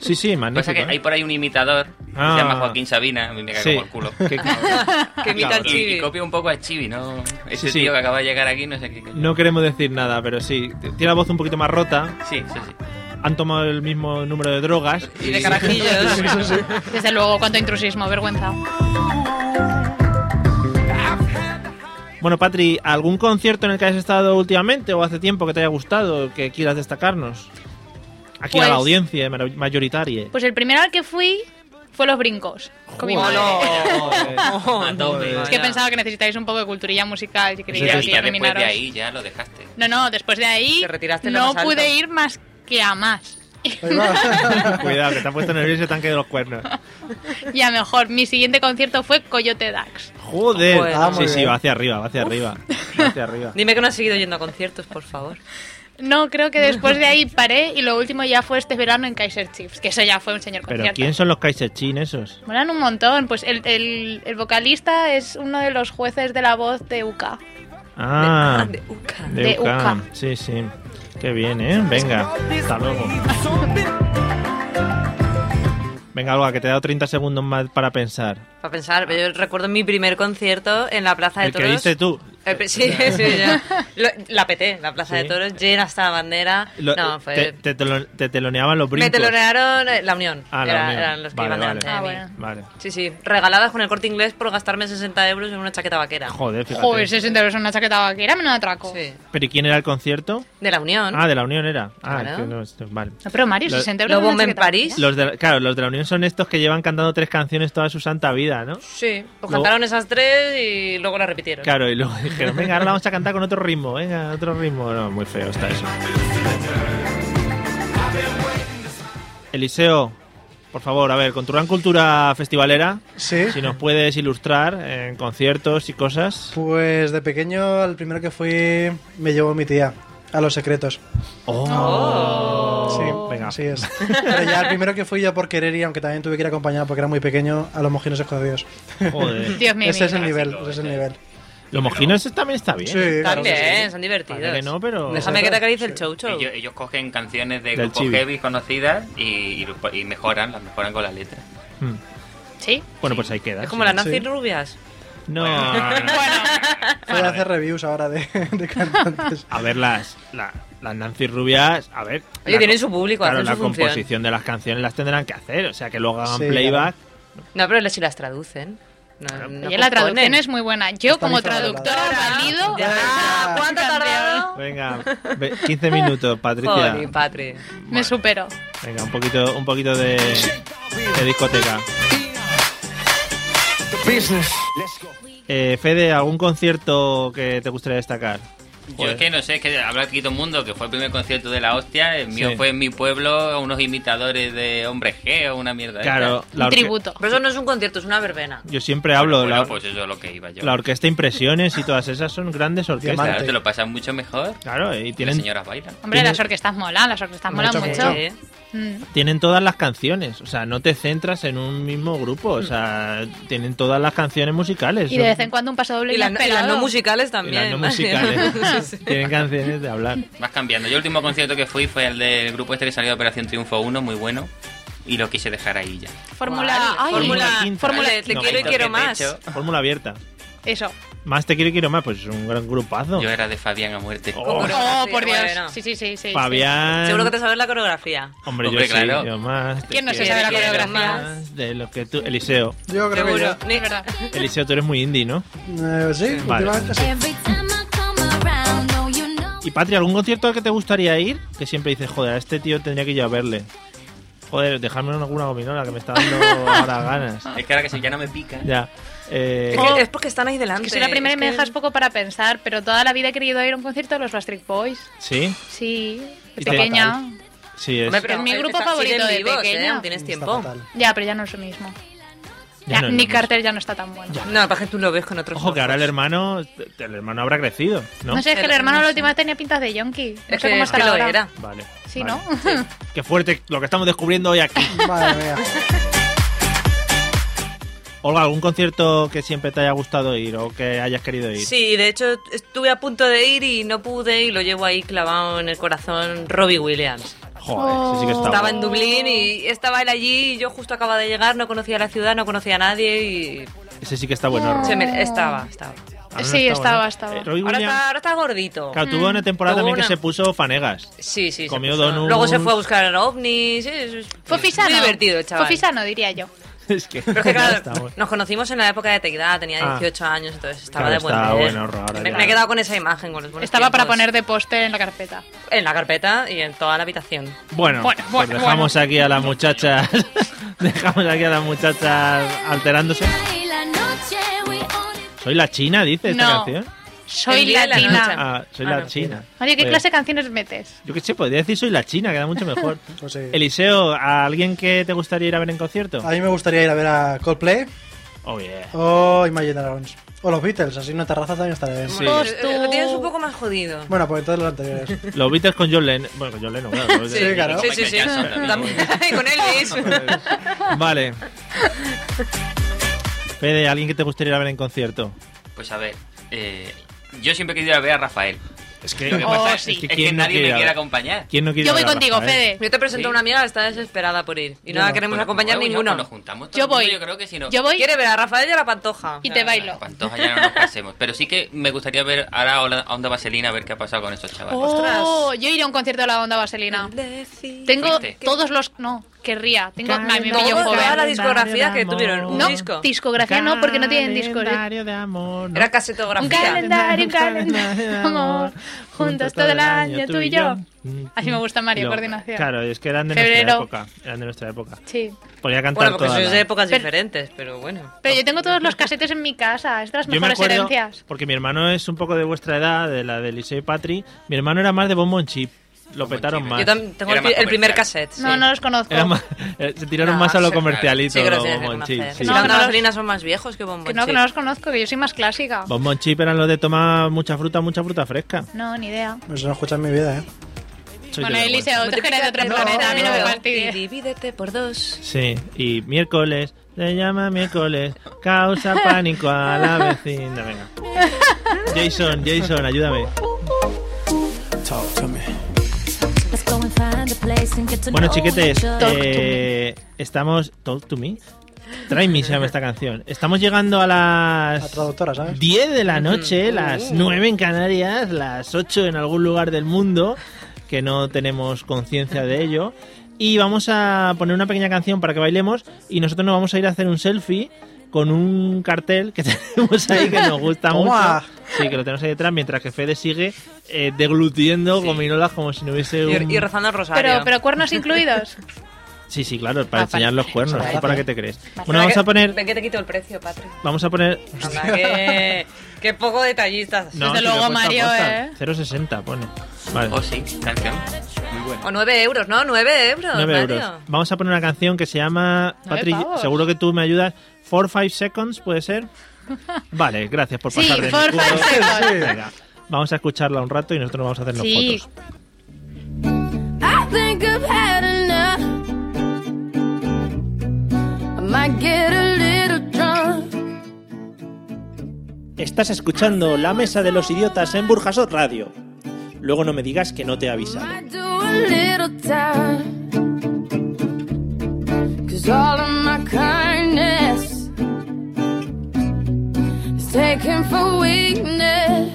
C: Sí, sí, magnífico.
F: Pasa que
C: ¿eh?
F: hay por ahí un imitador,
C: Ah.
F: que se llama Joaquín Sabina, a mí me cae
C: Sí.
F: como el culo.
C: Qué cabrón.
E: Que imita
C: Ah,
E: al
C: Cabrón.
F: Y, y
E: chibi.
F: copia un poco a Chibi, ¿no? Ese
C: Sí, sí.
F: tío que acaba de llegar aquí, no sé qué. qué-
C: No queremos decir nada, pero sí, t- tiene la voz un poquito más rota,
F: Sí, sí, sí.
C: han tomado el mismo número de drogas.
E: Y de carajillos.
D: Desde luego, cuánto intrusismo, vergüenza.
C: Bueno, Patri, ¿algún concierto en el que hayas estado últimamente o hace tiempo que te haya gustado, que quieras destacarnos? Aquí a
D: Pues-
C: la audiencia mara- mayoritaria.
D: Pues el primero al que fui fue Los Brincos. Con mi
C: Joder.
D: madre.
C: no,
E: No, no.
D: Es que pensaba que necesitáis un poco de culturilla musical. Yo
C: Sí,
D: quería
F: Ya,
C: sí,
F: y
C: sí.
D: que
F: ya después
D: dominaros.
F: de ahí ya lo dejaste.
D: No, no, después de ahí
E: Te retiraste lo
D: no
E: más alto.
D: pude ir más que a más.
G: Ahí va.
C: Cuidado, que te ha puesto nervioso el tanque de los cuernos.
D: Y a mejor, mi siguiente concierto fue Coyote Dax.
C: Joder.
E: Bueno.
G: Ah, muy
C: sí, sí,
G: bien.
C: va hacia arriba, va hacia arriba. Va hacia arriba.
E: Dime que no has seguido yendo a conciertos, por favor.
D: No, creo que después de ahí paré y lo último ya fue este verano en Kaiser Chiefs, que eso ya fue un señor
C: Pero
D: concierto.
C: ¿quién son los Kaiser Chin esos?
D: Molan un montón, pues el, el- el vocalista es uno de los jueces de la voz de UK.
C: Ah,
E: De- de Uca.
C: de,
D: de
C: UCAM.
D: UCAM.
C: Sí, sí. Qué bien, ¿eh? Venga, hasta luego. Venga, Olga, que te he dado 30 segundos más para pensar.
E: Para pensar, yo recuerdo mi primer concierto en la Plaza de
C: El que
E: Toros.
C: diste tú.
E: El pri- sí, sí, ya. Lo- la peté, la Plaza
C: Sí.
E: de Toros, llena hasta la bandera.
C: Lo- eh,
E: no, fue...
C: te, te telon- te teloneaban los brincos.
E: Me telonearon eh, la Unión.
C: Ah, la
E: Era-
C: Unión.
E: Eran los que
C: Vale,
E: iban
C: vale.
E: delante
D: Ah,
E: de mí.
D: bueno.
C: Vale.
E: Sí, sí. Regaladas con el corte inglés por gastarme 60 euros en una chaqueta vaquera.
C: Joder, fíjate.
D: Joder, 60 euros en una chaqueta vaquera, me lo atraco.
E: Sí.
C: ¿Pero y quién era el concierto?
E: De la Unión.
C: Ah, de la Unión era. Ah,
E: Claro.
C: que no, esto- vale.
D: No, pero Mario,
C: Lo-
D: 60 euros
E: Lo
D: en una
E: bomba en
D: chaqueta
E: París.
D: vaquera.
C: Los de- claro, los de la Unión son estos que llevan cantando tres canciones toda su santa vida, ¿no?
E: Sí. Pues
C: Luego-
E: cantaron esas tres y luego las repitieron.
C: Claro, y luego dijeron, venga, ahora la vamos a cantar con otro ritmo, venga, otro ritmo. No, muy feo está eso. Eliseo, por favor, a ver, con tu gran cultura festivalera,
G: Sí.
C: si nos puedes ilustrar en conciertos y cosas.
G: Pues de pequeño, al primero que fui, me llevó mi tía a los secretos.
E: Oh.
G: Oh. Sí,
C: Oh. Venga.
G: Así es. Pero ya el primero que fui yo por querer ir, aunque también tuve que ir acompañado porque era muy pequeño, a los mojinos escondidos.
C: Joder.
D: Dios mío.
G: Ese es el
D: mira.
G: nivel, ese es el nivel.
C: Los mojinos también está bien. ¿eh?
G: Sí, claro que
E: También,
G: sí.
E: son divertidos.
C: Parece que no, pero...
E: Déjame que te acaricie el
G: Sí.
E: chow chow.
F: Ellos, ellos cogen canciones de
C: Del
F: grupos
C: chibi.
F: heavy conocidas y, y, y mejoran, las mejoran con las letras.
C: Mm.
D: Sí.
C: Bueno, pues ahí queda.
E: Es como
C: sí.
E: las nazis
G: Sí.
E: rubias.
C: No,
G: Voy a hacer reviews ahora de, de cantantes.
C: a ver, las, la- las Nancy Rubias, a ver...
E: Oye,
C: la-
E: tienen su público,
C: Claro,
E: hacen
C: la
E: su función.
C: composición de las canciones las tendrán que hacer, o sea, que luego hagan
G: Sí,
C: playback.
E: No, pero si las traducen. No, no
D: Oye, la traducción
E: componen.
D: es muy buena. Yo, como
G: infravalorada.
D: traductora, valido.
E: Ya, Ah, ¿Cuánto ha tardado?
C: Venga, ve- 15 minutos, Patricia.
E: Jolín, Patri.
D: Me supero.
C: Venga, un poquito, un poquito de, de discoteca. Eh, Fede, ¿algún concierto que te gustaría destacar?
F: Yo es
C: Joder.
F: que no sé, es que habla aquí todo el mundo, que fue el primer concierto de la hostia, el mío
C: Sí.
F: fue en mi pueblo, unos imitadores de Hombre G o una mierda. de
C: Claro,
F: esas.
C: la
D: Un
C: orque-
D: tributo.
E: Pero eso no es un concierto, es una verbena.
C: Yo siempre hablo,
F: Bueno,
C: la,
F: pues eso es lo que iba yo.
C: la orquesta Impresiones y todas esas son grandes
F: Claro,
C: orquestas.
G: Diamante.
F: te lo pasas mucho mejor,
C: Claro, y
F: las
C: tienen,
F: señoras bailan.
D: Hombre,
C: Tiene-
D: las orquestas molan, las orquestas molan
G: Mucho,
D: mucho.
E: Sí.
D: Mm.
C: tienen todas las canciones, o sea, no te centras en un mismo grupo, o sea, tienen todas las canciones musicales.
D: Mm. Y de vez en cuando un paso doble
E: Y, las no- y las
D: inesperado.
E: no musicales
C: Y
E: también.
C: las no musicales. ¿eh? tienen canciones de hablar.
F: Vas cambiando. Yo el último concierto que fui fue el del grupo este que salió de Operación Triunfo 1, muy bueno, y lo quise dejar ahí ya.
D: Fórmula.
E: Ay,
D: Fórmula.
E: fórmula,
C: quince.
E: fórmula, te
C: No,
E: quiero y
C: quince.
E: quiero
F: Te
E: más.
F: echo.
C: Fórmula abierta.
D: Eso.
C: Más te quiero y quiero más, pues es un gran grupazo.
F: Yo era de Fabián a muerte.
C: Oh,
E: Como no.
D: Oh,
E: Sí,
D: por Dios.
E: bueno.
D: Sí, sí, sí, sí.
C: Fabián.
E: Seguro que te sabes la coreografía.
C: Hombre, yo
F: Hombre, claro.
C: sí, yo más. te
D: ¿Quién no se
C: quiero
D: sabe la
C: y quiero
D: coreografía?
C: más De lo que tú, Eliseo.
G: Yo creo que
E: Seguro.
G: ya.
D: sí. Ah, Es verdad.
C: Eliseo, tú eres muy indie, ¿no?
G: Eh, sí,
C: Vale.
G: últimamente sí.
C: Y Patria, ¿algún concierto al que te gustaría ir? Que siempre dices, joder, a este tío tendría que ir yo a verle. O Joder, dejadme alguna gominola que me está dando ahora ganas.
F: Es que ahora que si ya no me pica.
C: Ya. Eh,
E: Es, que- es porque están ahí delante.
D: Que soy la primera
E: es
D: y me
E: que-
D: dejas poco para pensar, pero toda la vida he querido ir a un concierto de los Bastric Boys.
C: Sí,
D: Sí, de
C: Y te
D: pequeña.
C: fatal. sí es.
E: Hombre, pero
D: Es mi
E: ellos
D: grupo
E: están-
D: favorito
E: siguen
D: de
E: vivos, ¿eh?
D: pequeña.
E: Aún tienes
G: Está
E: tiempo.
G: fatal.
D: Ya, pero ya no es lo mismo.
C: Ya
D: Ya,
C: no es lo
D: Nick
C: mismo.
D: Carter ya no está tan bueno.
E: No, lo que pasa es que tú lo ves con otros
C: Ojo que ahora el
E: ojos.
C: hermano, el hermano habrá crecido, ¿no?
D: No, sé, es que el
E: Pero
D: hermano
E: no
D: la
E: sé.
D: última vez tenía pintas de yonki. No
E: Es
D: sé
E: que,
D: cómo
E: es que
D: estará
E: lo
D: ahora.
E: era.
C: Vale.
D: Sí,
C: vale.
D: ¿no?
C: Qué fuerte lo que estamos descubriendo hoy aquí.
G: Madre mía.
C: Olga, ¿algún concierto que siempre te haya gustado ir o que hayas querido ir?
E: Sí, de hecho estuve a punto de ir y no pude y lo llevo ahí clavado en el corazón Robbie Williams.
C: Joder, sí, sí que estaba.
E: Estaba en Dublín y estaba él allí y yo justo acababa de llegar, no conocía la ciudad, no conocía a nadie y
C: Ese sí que está bueno.
E: se me- estaba, estaba.
C: Ahora no
D: Sí,
C: está,
D: estaba,
C: ¿no?
D: estaba.
C: Eh, Robbie
E: Ahora
C: Williams,
E: está, ahora está gordito.
C: claro, tuvo una temporada
E: Tuvo
C: también
E: una.
C: que se puso fanegas.
E: Sí, sí. se
C: Comió
E: puso-
C: donuts.
E: Luego se fue a buscar ovnis. sí, sí, sí.
D: Fue
E: Muy
D: Fisano.
E: divertido, chaval.
D: Fue Fisano, diría yo.
C: Es que,
E: Pero es que,
C: ya
E: claro,
C: está bueno.
E: nos conocimos en la época de Tequila, tenía
C: Ah.
E: 18 años, entonces estaba
C: Claro,
E: de buen
C: estaba
E: nivel.
C: buen horror,
E: me,
C: ya.
E: me he quedado con esa imagen, con los buenos
D: Estaba para
E: tiempos.
D: poner de póster en la carpeta.
E: En la carpeta y en toda la habitación.
C: Bueno,
D: Bueno,
C: pues
D: bueno,
C: dejamos aquí a las muchachas. dejamos aquí a las muchachas alterándose. ¿Soy la china, dice esta
D: No.
C: canción?
D: Soy
E: El día de la
D: latina.
E: noche.
C: Ah, soy
E: Ah,
C: la
E: no.
C: china.
D: Mario, ¿qué
C: Oye,
D: clase de canciones metes?
C: Yo qué sé, podría decir soy la china, queda mucho mejor.
G: Pues sí.
C: Eliseo, ¿a alguien que te gustaría ir a ver en concierto?
G: A mí me gustaría ir a ver a Coldplay
C: Oh, yeah.
G: o Imagine Dragons. O los Beatles, así en una terraza también estaría bien.
C: Sí.
E: Pues, eh, Lo tienes un poco más jodido.
G: Bueno, pues todos los anteriores.
C: Los Beatles con John Lennon. Bueno, con John Lennon, claro. los Beatles.
G: claro.
E: Sí, sí, sí.
F: Michael Jackson
E: También. Y con Elvis.
C: Vale. Fede, ¿alguien que te gustaría ir a ver en concierto?
F: Pues a ver, eh, yo siempre he querido ir a ver a Rafael.
C: Es que,
F: Lo que pasa es,
D: Oh, sí.
F: que,
C: ¿quién no
F: nadie
C: quiere ir
F: me
C: a
F: quiere
C: ver?
F: acompañar.
C: ¿Quién no quiere
D: Yo
C: ir a
D: voy
C: ver eh? a
D: contigo,
C: Rafael?
D: Fede.
E: Yo te presento a una amiga que está desesperada por ir. Y no la queremos
C: pues,
F: Bueno,
E: acompañar
F: luego ya,
E: ninguno.
F: cuando Nos Pues juntamos todo
D: Yo
F: el mundo,
D: voy.
F: Yo creo que si no.
D: Yo voy
E: Quiere ver a Rafael y a la Pantoja.
D: y te bailo.
F: Pantoja ya no nos casemos. Pero sí que me gustaría ver ahora a la Onda Vaselina a ver qué ha pasado con estos chavales.
D: Oh, yo iré a un concierto de la onda vaselina. Tengo
F: ¿Fuiste?
D: todos los... No, querría. Tengo... a mí me
E: Todo-
D: pillo
E: toda la
D: joven.
E: discografía que tuvieron. Un
D: No,
E: disco.
D: discografía no, porque no tienen discos. ¿eh?
C: Calendario de amor, ¿no?
E: Era casetografía.
D: Un calendario, un calendario de amor. Juntos todo el año, tú y yo. Así me gusta Mario,
C: Lo-
D: coordinación.
C: Claro, es que eran de
D: Febrero.
C: nuestra época. Eran de nuestra época.
D: Sí.
C: Podía cantar
E: Bueno, porque
C: toda
E: sois
C: la-
E: de épocas
D: Pero-
E: diferentes, pero bueno.
D: Pero yo tengo todos los casetes en mi casa. Es de las
C: Yo me
D: mejores
C: acuerdo,
D: herencias.
C: porque mi hermano es un poco de vuestra edad, de la de Liceo y Patri. Mi hermano era más de Bombón Chip. Lo
F: Bon Bon
C: petaron
F: Chip,
C: más.
E: Yo tam- tengo
F: Era
E: el,
F: más
E: pri- el primer
F: comercial.
E: cassette. sí.
D: No, no los conozco.
C: Era más- eh, se tiraron
E: No,
C: más a lo
E: sí,
C: comercialito,
E: Sí, que los
C: los
E: tienes que
C: Bombón Chip.
E: conocer.
C: sí.
E: Si
D: No,
E: las
D: no los-
E: granadolinas son más viejos que Bombón
D: Que no, que
E: Chip.
D: no los conozco, que yo soy más clásica.
C: Bombón Chip eran los de tomar mucha fruta, mucha fruta fresca.
D: No, ni idea.
G: Eso no escucha en mi vida, ¿eh?
C: Soy
D: Bueno,
C: de la
D: Eliseo, tú que eres de otro
E: No,
D: planeta, a mí no me
E: no.
D: fastidies.
E: Y divídete por dos.
C: Sí, y miércoles, le llama miércoles, causa pánico a la vecina. Venga. Jason, Jason, ayúdame. Bueno, chiquetes, eh, estamos. Talk to me. Try me se llama esta canción. Estamos llegando a
G: La
C: las.
G: traductora, ¿sabes?
C: 10 de la noche, las
E: Uh.
C: 9 en Canarias, las 8 en algún lugar del mundo, que no tenemos conciencia de ello. Y vamos a poner una pequeña canción para que bailemos y nosotros nos vamos a ir a hacer un selfie con un cartel que tenemos ahí que nos gusta
G: Toma.
C: mucho. Sí, que lo tenemos ahí detrás, mientras que Fede sigue eh, deglutiendo gominolas como si no hubiese un...
E: Y, y rozando el rosario.
D: Pero, pero cuernos incluidos.
C: Sí, sí, claro, para
D: Ah,
C: enseñar
D: vale.
C: los cuernos.
G: Vale.
C: ¿tú ¿Para qué te crees? Bueno, vamos
E: que-
C: a poner...
E: Ven que te quito el precio, Patrick.
C: Vamos a poner...
E: Anda, que, que poco detallistas.
D: Desde
C: si
D: luego,
C: te cuesta,
D: Mario,
C: cuesta.
D: eh.
C: 0,60 pone. Vale.
F: Oh, sí, canción. Muy buena.
E: O 9 euros, ¿no? 9 euros.
C: 9
E: Mario.
C: euros. Vamos a poner una canción que se llama.
D: Nueve
C: Patri,
D: pavos.
C: seguro que tú me ayudas. 4 5 seconds, ¿puede ser? Vale, gracias por
D: Sí,
C: pasar de mi
D: 4 5
C: curro.
D: seconds.
C: Venga, vamos a escucharla un rato y nosotros nos vamos a hacer los
D: Sí.
C: fotos. eh,
H: I think I've had enough. I might get a little drunk.
B: Estás escuchando La Mesa de los Idiotas en Burjasot Radio. Luego no me digas que no te avisan.
H: Might do a little time. Cause all of my kindness is taken for weakness.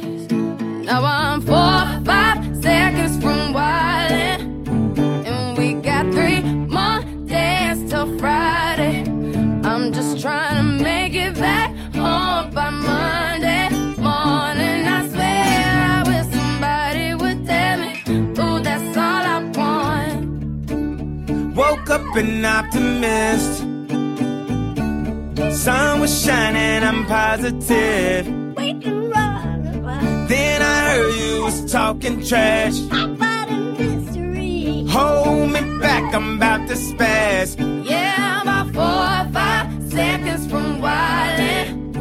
H: Now I'm four, five seconds from wildin'. And we got three more days till Friday. I'm just trying to make it back home by Monday morning. I swear I wish somebody would tell me, ooh, that's all I want.
I: Woke up open optimist. Sun was shining, I'm positive. Then I heard you was talking trash. Hold me back, I'm about to spaz.
H: Yeah, I'm about four or five seconds from wildin'.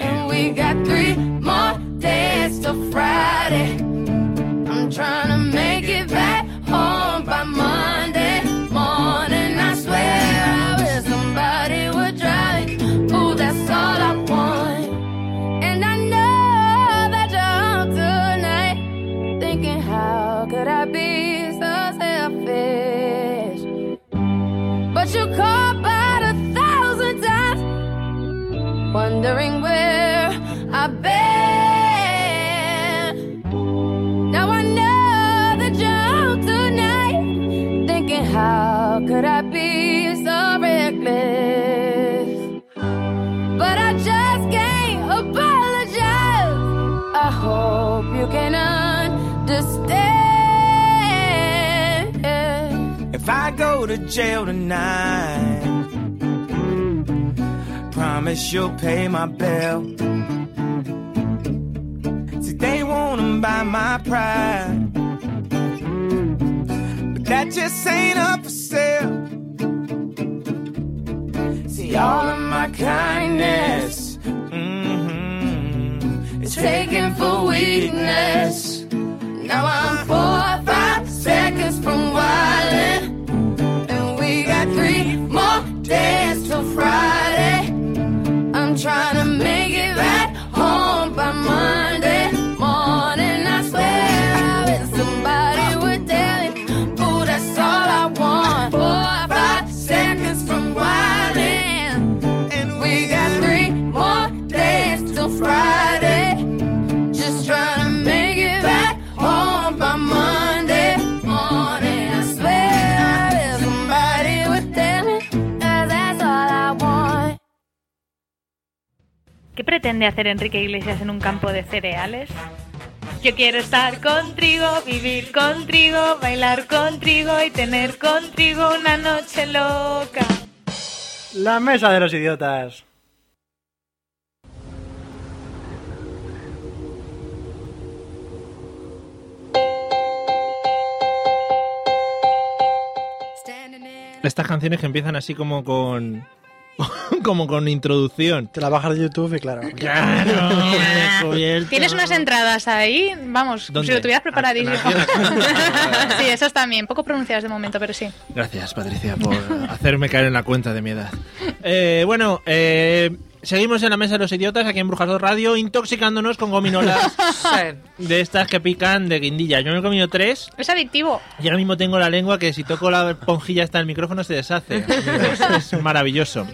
H: And we got three more days till Friday. I'm trying to make it back home by Monday morning. I swear I wish somebody would drive it. Ooh, that's all I want. And I know that you're home tonight thinking how could I be so selfish? But you called about a thousand times, wondering where I've been. Now I know that you're home tonight, thinking how could I be so reckless? But I just can't apologize. I hope you can understand.
I: If I go to jail tonight, promise you'll pay my bill. See, they wanna buy my pride, but that just ain't up for sale. See, all of my kindness, mm-hmm, it's
H: Taken for weakness. Now I'm four, five seconds from wildin', and we got three more days till Friday. I'm trying to make it back home by Monday morning. I swear I wish somebody would tell it. Ooh, that's all I want. Four, five seconds from wildin',
I: and
H: we got three more days till Friday. Just trying to make it back home by Monday morning. I swear I wish somebody would tell me 'cause that's all I want.
J: ¿Qué pretende hacer Enrique Iglesias en un campo de cereales? Yo quiero estar contigo, vivir contigo, bailar contigo y tener contigo una noche loca.
G: La mesa de los idiotas.
C: Estas canciones que empiezan así como con. como con introducción.
G: Te la bajas de YouTube y claro.
C: Claro, me he descubierto.
D: Tienes unas entradas ahí, vamos,
C: ¿Dónde?
D: si lo tuvieras preparadísimo.
C: Ah,
D: sí, esas también, poco pronunciadas de momento, pero sí.
C: Gracias, Patricia, por hacerme caer en la cuenta de mi edad. Eh, bueno, eh, seguimos en la mesa de los idiotas aquí en Brujas 2 Radio, intoxicándonos con gominolas
E: Sí.
C: de estas que pican de guindilla. Yo me he comido tres
D: Es adictivo.
C: y ahora mismo tengo la lengua que si toco la esponjilla hasta el micrófono se deshace. Es, es maravilloso.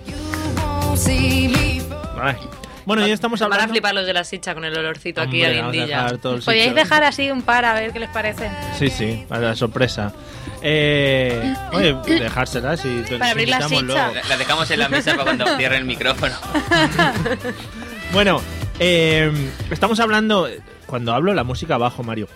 C: Ay. Bueno, ya estamos
E: Van a
C: hablando...
E: flipar los de la sicha con el olorcito aquí a
C: Hombre, vamos a
E: guindilla.
C: dejar todo el
D: Podríais
C: sitio.
D: dejar así un par a ver qué les parece.
C: Sí, sí, para la sorpresa. Eh, oye, dejárselas y
D: Para abrir la chicha.
F: La- la dejamos en la mesa para cuando cierre el micrófono.
C: Bueno, eh, estamos hablando. Cuando hablo, la música abajo, Mario.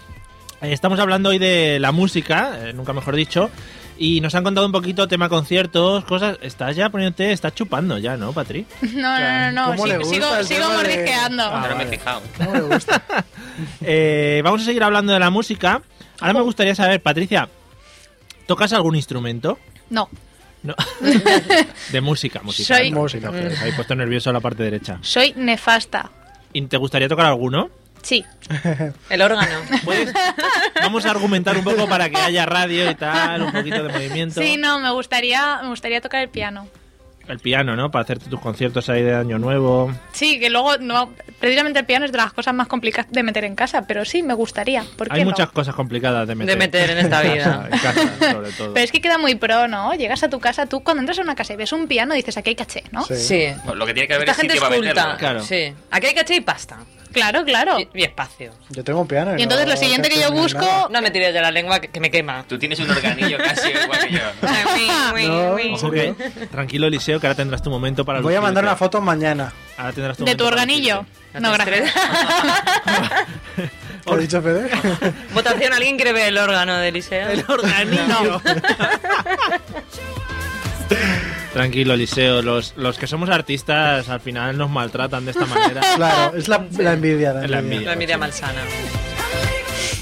C: Eh, Estamos hablando hoy de la música, eh, nunca mejor dicho, y nos han contado un poquito tema conciertos, cosas. Estás ya poniéndote, estás chupando ya, ¿no, Patri?
D: No, no, no, no,
G: ¿Cómo le
D: sigo,
G: gusta
D: sigo,
G: el
D: sigo
G: tema de- Ah.
D: mordisqueando.
E: Ah,
F: Ahora me he fijado.
G: No me gusta.
C: Eh, vamos a seguir hablando de la música. Ahora me gustaría saber, Patricia, ¿tocas algún instrumento?
D: No,
C: No. de música, música.
D: Soy-
G: Música.
C: Os habéis puesto nervioso la parte derecha.
D: soy nefasta.
C: ¿Y te gustaría tocar alguno?
D: Sí.
E: El órgano.
C: Puedes- Vamos a argumentar un poco para que haya radio y tal, un poquito de movimiento.
D: Sí, no, me gustaría, me gustaría tocar el piano.
C: El piano, ¿no? Para hacerte tus conciertos ahí de Año Nuevo.
D: Sí, que luego, no, precisamente el piano es de las cosas más complicadas de meter en casa, pero sí, me gustaría. ¿Por qué
C: Hay
D: no?
C: muchas cosas complicadas de meter.
E: De meter en esta vida.
C: En casa, sobre todo.
D: Pero es que queda muy pro, ¿no? Llegas a tu casa, tú cuando entras a una casa y ves un piano, dices, aquí hay caché, ¿no?
G: Sí.
E: Sí.
F: Lo que tiene que haber
E: Esta
F: es
E: gente
F: sitio
E: es
F: para
E: culta.
F: meterlo.
C: Claro.
E: Sí. Aquí hay caché y pasta.
D: Claro, claro.
E: Y, y espacio.
G: Yo tengo un piano.
D: Y entonces
G: no
D: lo siguiente que yo
G: termino
D: busco-
G: nada.
E: No me tires de la lengua que, que me quema.
F: Tú tienes un organillo casi igual que yo.
G: No,
C: Ojo que- tranquilo, Eliseo, que ahora tendrás tu momento para.
G: Voy a
C: lucirte.
G: mandar una foto mañana.
C: Ahora tendrás tu
D: De
C: momento
D: tu
C: para
D: organillo.
C: lucirte.
D: No, gracias.
G: ¿Lo he dicho, Fede?
E: Votación, ¿alguien quiere ver el órgano de Eliseo?
C: El organillo. Tranquilo, Eliseo. Los, los que somos artistas al final nos maltratan de esta manera.
G: Claro, es la, la envidia.
C: Es
G: La envidia.
C: la envidia.
E: La envidia malsana.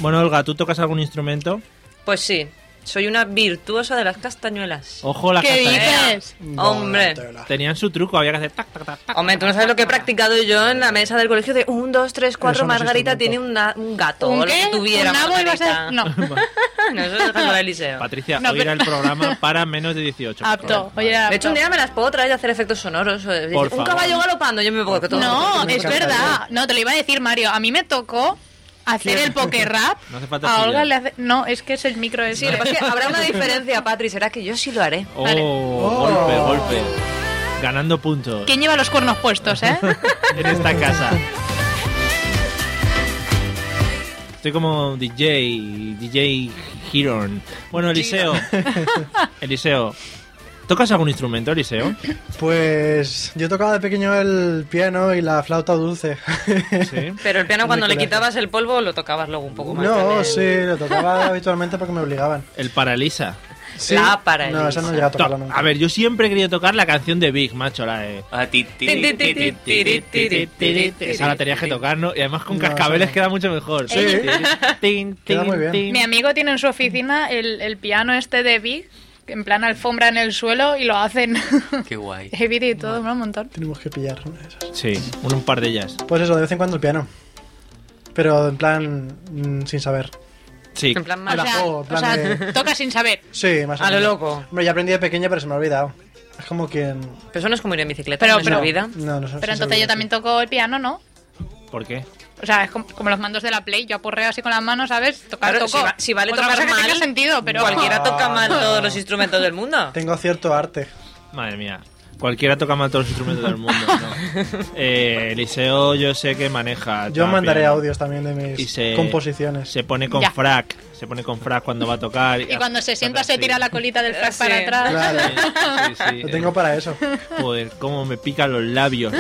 C: Bueno, Olga, ¿tú tocas algún instrumento?
E: Pues sí, soy una virtuosa de las castañuelas.
C: Ojo, la
D: ¿Qué
C: castaña.
D: dices?
G: No,
E: Hombre,
G: tela.
C: Tenían su truco, había que hacer tac, tac, tac, tac.
E: hombre, tú no sabes lo que he practicado yo en la mesa del colegio de 1, 2, 3, 4,
G: Eso no es
E: Margarita
G: instrumento.
E: tiene una- un gato.
D: ¿Un
E: o lo
D: qué?
E: que tuviera
D: ¿Un nabo ibas a
E: Margarita.
D: decir? No.
E: No, eso es déjalo a Eliseo.
C: Patricia,
D: No,
C: hoy era
D: pero-
C: el programa para menos de 18. por
D: Apto.
C: favor.
D: Oye, era
E: De hecho, un
D: apto.
E: día me las puedo traer y hacer efectos sonoros. o decir,
C: Por
E: un
C: favor.
E: caballo galopando, yo me pongo que todo.
D: No,
G: Me
D: es
G: encantaría.
D: verdad. No, te lo iba a decir, Mario. A mí me tocó hacer el poker rap.
C: No hace falta
D: a
C: sillas.
D: Olga le hace... No, es que es el micro de
E: Sí, lo que pasa es que habrá una diferencia, Patri, será que yo sí lo haré.
C: Oh,
D: Vale.
C: golpe, golpe. Ganando puntos
D: ¿Quién lleva los cuernos puestos, eh?
C: en esta casa. Estoy como DJ, DJ Giron. Bueno, Eliseo. Eliseo. ¿Tocas algún instrumento, Eliseo?
G: Pues yo tocaba de pequeño el piano y la flauta dulce.
C: Sí.
E: Pero el piano cuando le
G: Nicolás.
E: quitabas el polvo lo tocabas luego un poco más.
G: No,
E: también.
G: sí, lo tocaba habitualmente porque me obligaban.
C: El Paralisa.
G: Sí.
E: La paraliza.
G: No, esa no llega a tocarla nunca.
C: A ver, yo siempre he querido tocar la canción de Big, macho, la de...
F: Ah, ti, ti,
E: Tin, tin,
F: ti,
E: tin,
F: ti, ti, ti, ti, ti, ti, ti.
C: Esa la tenías que tocar, ¿no? Y además con
G: No,
C: cascabeles
G: esa no.
C: queda mucho mejor.
G: Sí.
C: Tin,
G: Queda
C: tin,
G: muy bien.
C: tin.
D: Mi amigo tiene en su oficina el, el piano este de Big, en plan alfombra en el suelo, y lo hacen.
F: Qué guay.
D: He vídeo y todo, ¿no? un montón.
G: Tenemos que pillar una de esas.
C: Sí, un, un par de ellas.
G: Pues eso, de vez en cuando el piano. Pero en plan mm, sin saber.
C: Sí.
E: En plan,
D: O
E: más-
G: la
D: sea,
G: juego, en
D: o
G: oh, plan
D: sea,
G: de-
D: toca sin saber.
G: Sí, más o
E: A lo
G: menos.
E: loco.
G: Hombre, ya aprendí de pequeña, pero se me ha olvidado. Es como quien...
E: Pero eso no es como ir en bicicleta,
D: Pero-
E: no es
D: pero-
E: la vida.
G: No, no
D: Pero
G: sé. si se
D: entonces yo
G: olvida,
D: también toco el piano, ¿no?
C: ¿Por qué?
D: O sea, es como, como los mandos de la Play, yo aporreo así con las manos, ¿sabes? Tocar,
E: Claro,
D: toco.
E: si, va- si vale
D: Otra
E: tocar
D: cosa que
E: mal,
D: tenga sentido, pero...
E: cualquiera toca mal
G: No.
E: todos los instrumentos del mundo.
G: sí. Tengo cierto arte.
C: Ah, Madre mía. Cualquiera toca mal todos los instrumentos del mundo. ¿no? Eh, Eliseo yo sé que maneja.
G: Yo
C: toca
G: mandaré
C: piano.
G: audios también de
C: Y
G: mis
C: se-
G: composiciones.
C: Se pone con
D: Ya.
C: frac. Se pone con frac cuando va a tocar.
D: Y cuando se sienta
C: hace
D: se tira
C: así.
D: la colita del frac
E: Eh, Sí.
D: para atrás.
G: Claro,
C: Sí, sí, sí.
G: lo tengo para eso.
C: Joder, cómo me pican los labios.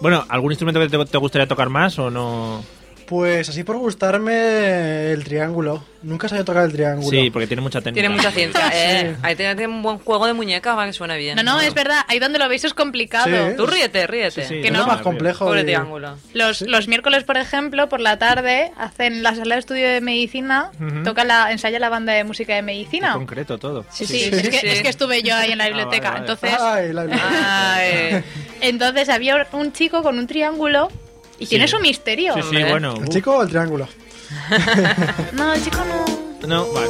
C: bueno, ¿algún instrumento que te, te gustaría tocar más o no?
G: Pues así por gustarme el triángulo. Nunca sabía tocar el triángulo.
C: Sí, pues, porque tiene mucha técnica.
E: Tiene mucha ciencia. eh. Ahí tiene, tiene un buen juego de muñecas, va que suena bien.
D: No, no, es verdad, ahí donde lo veis es complicado.
G: Sí.
E: Tú ríete, ríete.
C: Sí, sí,
D: Que
G: es
D: no.
G: lo más
C: me
G: complejo.
E: Pobre
G: y-
E: triángulo.
D: Los, los miércoles, por ejemplo, por la tarde, hacen la sala de estudio de medicina,
C: Ujú.
D: toca la, ensaya la banda de música de medicina.
C: En concreto todo.
D: Sí, sí,
E: Sí, sí,
D: es, que,
E: sí.
D: es que estuve yo ahí en la biblioteca.
C: Ah, vale, vale.
D: Entonces,
G: Ay, la-
D: ah.
G: la-
E: Ay.
D: entonces había un chico con un triángulo y tiene su misterio.
C: Sí, sí,
E: Hombre.
C: bueno. uh,
G: ¿El chico o el triángulo?
D: No, el chico no.
C: No, vale.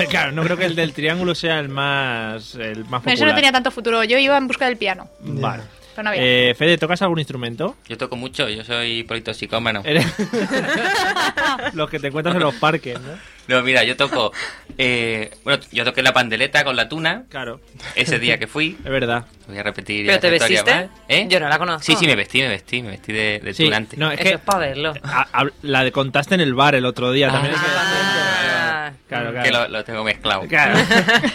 C: No, claro, no creo que el del triángulo sea el más, el más
D: Eso no
C: popular.
D: tenía tanto futuro. Yo iba en busca del piano.
C: Vale.
D: Pero no había.
C: Eh, Fede, ¿tocas algún instrumento?
F: Yo toco mucho, yo soy politoxicómano.
C: Eres- Los que te encuentras en los parques, ¿no?
F: No, mira, yo toco. eh, bueno, yo toqué la pandeleta con la tuna
C: Claro,
F: ese día que fui.
C: es verdad.
F: Voy a repetir.
E: ¿Pero
F: esa
E: te
F: historia,
E: vestiste?
F: ¿vale? ¿Eh?
E: Yo no la conozco.
F: Sí, sí, me vestí, me vestí, me vestí de, de
C: Sí,
F: tunante.
C: no, es
E: Eso
C: que
E: es para verlo.
C: a- a- Ah, la de contaste en el bar el otro día también. es que-
E: Ah,
C: Claro,
F: Que
C: claro.
F: lo, lo tengo mezclado.
C: Claro.